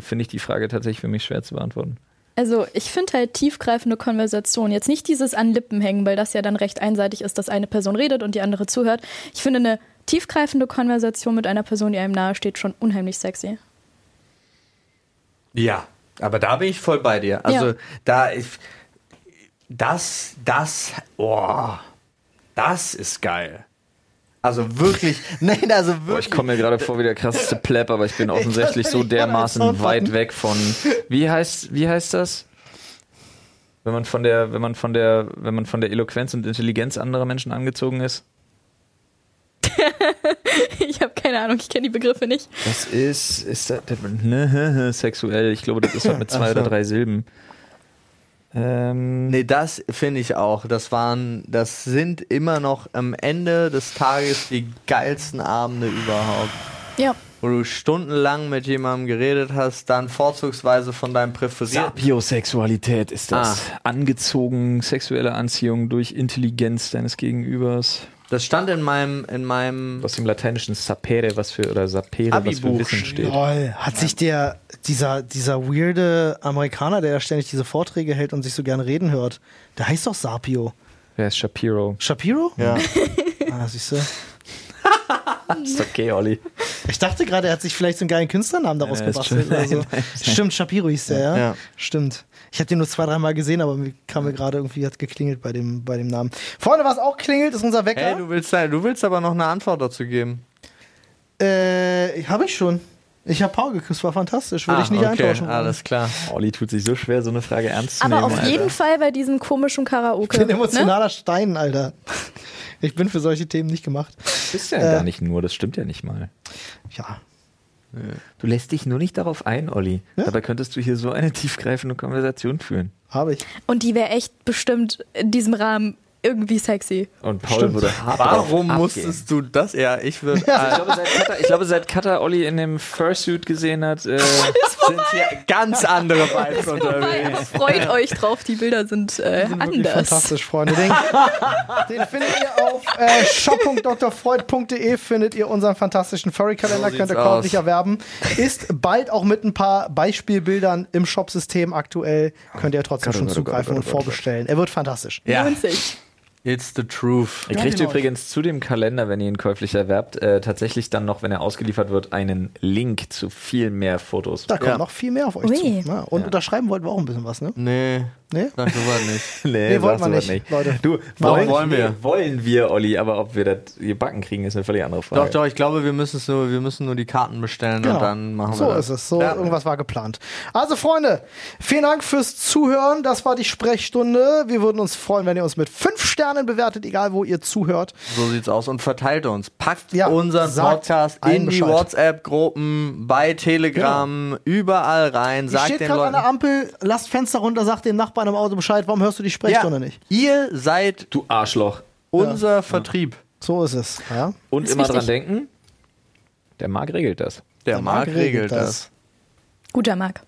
D: Finde ich die Frage tatsächlich für mich schwer zu beantworten.
C: Also ich finde halt tiefgreifende Konversation, jetzt nicht dieses an Lippen hängen, weil das ja dann recht einseitig ist, dass eine Person redet und die andere zuhört. Ich finde eine tiefgreifende Konversation mit einer Person, die einem nahesteht, schon unheimlich sexy.
B: Ja, aber da bin ich voll bei dir. Also
C: Ja.
B: da ist das, das, oh, das ist geil. Also wirklich, nein, also wirklich.
D: Boah, ich komme mir gerade vor wie der krasseste Pleb, aber [laughs] ich bin offensichtlich
A: Ich
D: so
A: kann nicht mal als
D: dermaßen
A: Sound
D: weit
A: machen.
D: weg von. Wie heißt, wie heißt das? Wenn man von der, wenn man von der, wenn man von der Eloquenz und Intelligenz anderer Menschen angezogen ist?
C: [laughs] Ich habe keine Ahnung, ich kenne die Begriffe nicht.
D: Das ist, ist das, ne, [laughs] sexuell. Ich glaube, das ist [laughs] halt mit zwei oder drei Silben. Ähm,
B: [laughs] Nee, das finde ich auch. Das waren, das sind immer noch am Ende des Tages die geilsten Abende überhaupt.
C: Ja,
B: wo du stundenlang mit jemandem geredet hast, dann vorzugsweise von deinem präferierten
D: Sapiosexualität ist das. Angezogen, sexuelle Anziehung durch Intelligenz deines Gegenübers.
B: Das stand in meinem, in meinem.
D: Aus dem lateinischen sapere, was für, oder sapere, was für
B: Abi-Buch.
D: Wissen steht.
A: Lol, Oh, hat sich der, dieser, dieser weirde Amerikaner, der ja ständig diese Vorträge hält und sich so gerne reden hört, der heißt doch Sapio.
D: Wer ist Shapiro?
A: Shapiro?
B: Ja.
A: Ah, siehst du.
D: Ist okay, Olli.
A: Ich dachte gerade, er hat sich vielleicht so einen geilen Künstlernamen daraus
D: Ja, Äh, ist
A: gebastelt.
D: schon- nein,
A: oder so.
D: [laughs] nein, nein.
A: Stimmt, Shapiro hieß der, ja?
B: Ja.
A: Stimmt. Ich habe den nur zwei, dreimal gesehen, aber mir kam mir gerade irgendwie, hat geklingelt bei dem, bei dem Namen. Vorne, was auch klingelt, ist unser Wecker.
B: Hey, du willst, du willst aber noch eine Antwort dazu geben.
A: Äh, habe ich schon. Ich habe Paul geküsst, war fantastisch. Würde ich nicht eintauschen. wollen.
B: Ah, Alles klar.
D: Olli tut sich so schwer, so eine Frage ernst zu
C: Aber
D: nehmen.
C: auf jeden Fall bei diesem komischen Karaoke.
A: Ich bin
C: Ne?
A: emotionaler Stein, Alter. [laughs] Ich bin für solche Themen nicht gemacht.
D: bist ja
A: Äh,
D: gar nicht nur, das stimmt ja nicht mal.
A: Ja.
D: Du lässt dich nur nicht darauf ein, Olli.
A: Ja.
D: Dabei könntest du hier so eine tiefgreifende Konversation führen.
A: Habe ich.
C: Und die wäre echt bestimmt in diesem Rahmen irgendwie sexy.
D: Und Paul
A: Stimmt.
D: würde hart
B: Warum
D: drauf abgehen.
B: musstest du das? Ja, ich würde. [laughs]
D: Ich glaube, seit Cutter, ich glaube, seit Cutter Olli in dem Fursuit gesehen
C: [laughs]
D: hat, äh,
B: sind hier ganz andere Vibes
C: Vorbei,
B: unterwegs.
C: freut euch drauf, die Bilder sind, äh,
A: sind wirklich
C: anders.
A: Fantastisch, Freunde.
D: [laughs]
A: Den, den findet ihr auf äh, shop.drfreud.de findet ihr unseren fantastischen Furry-Kalender,
B: So
A: könnt ihr
B: sieht's
A: käuflich
B: aus.
A: erwerben. Ist bald auch mit ein paar Beispielbildern im Shop-System aktuell. Könnt ihr trotzdem
D: Gott,
A: schon
D: oh Gott, oh Gott,
A: zugreifen
D: oh
A: und
D: Gott, oh Gott.
A: vorbestellen. Er wird fantastisch.
B: Ja,
C: Lohnt sich.
B: it's the truth.
D: Ihr kriegt übrigens zu dem Kalender, wenn ihr ihn käuflich erwerbt, äh, tatsächlich dann noch, wenn er ausgeliefert wird, einen Link zu viel mehr Fotos.
A: Da kommt
B: Ja.
A: noch viel mehr auf euch
C: Ui.
A: zu. Na, und unterschreiben wollten wir auch ein bisschen was, ne?
B: Nee,
A: Nee?
B: sag sowas nicht.
A: Nee, wollen wir
D: sowas
A: nicht, Leute.
D: Du,
B: Warum
D: wollen,
B: wollen
D: wir?
B: wir?
D: Wollen wir, Olli, aber ob wir das gebacken kriegen, ist eine völlig andere Frage.
B: Doch, doch, ich glaube, wir müssen es nur, wir müssen nur die Karten bestellen und dann machen
A: Genau. so
B: wir das.
A: ist es. So irgendwas war geplant. Also, Freunde, vielen Dank fürs Zuhören. Das war die Sprechstunde. Wir würden uns freuen, wenn ihr uns mit fünf Sternen bewertet, egal wo ihr zuhört.
B: So sieht's aus. Und verteilt uns. Packt
A: Ja,
B: unseren
A: sagt
B: Podcast
A: allen
B: in die
A: Bescheid. Genau.
B: WhatsApp-Gruppen, bei Telegram, überall rein.
A: Ihr
B: Sagt
A: steht
B: den
A: gerade an
B: Leuten.
A: der Ampel, lasst Fenster runter, sagt dem Nachbarn im Auto Bescheid, warum hörst du die Sprechstunde nicht?
B: Ihr seid
D: Du Arschloch.
B: unser Vertrieb.
A: So ist es. Ja?
D: Und
C: Ist
D: immer
C: wichtig.
D: dran denken, der Marc regelt das.
B: Der, Markt Marc regelt das.
C: Guter Marc.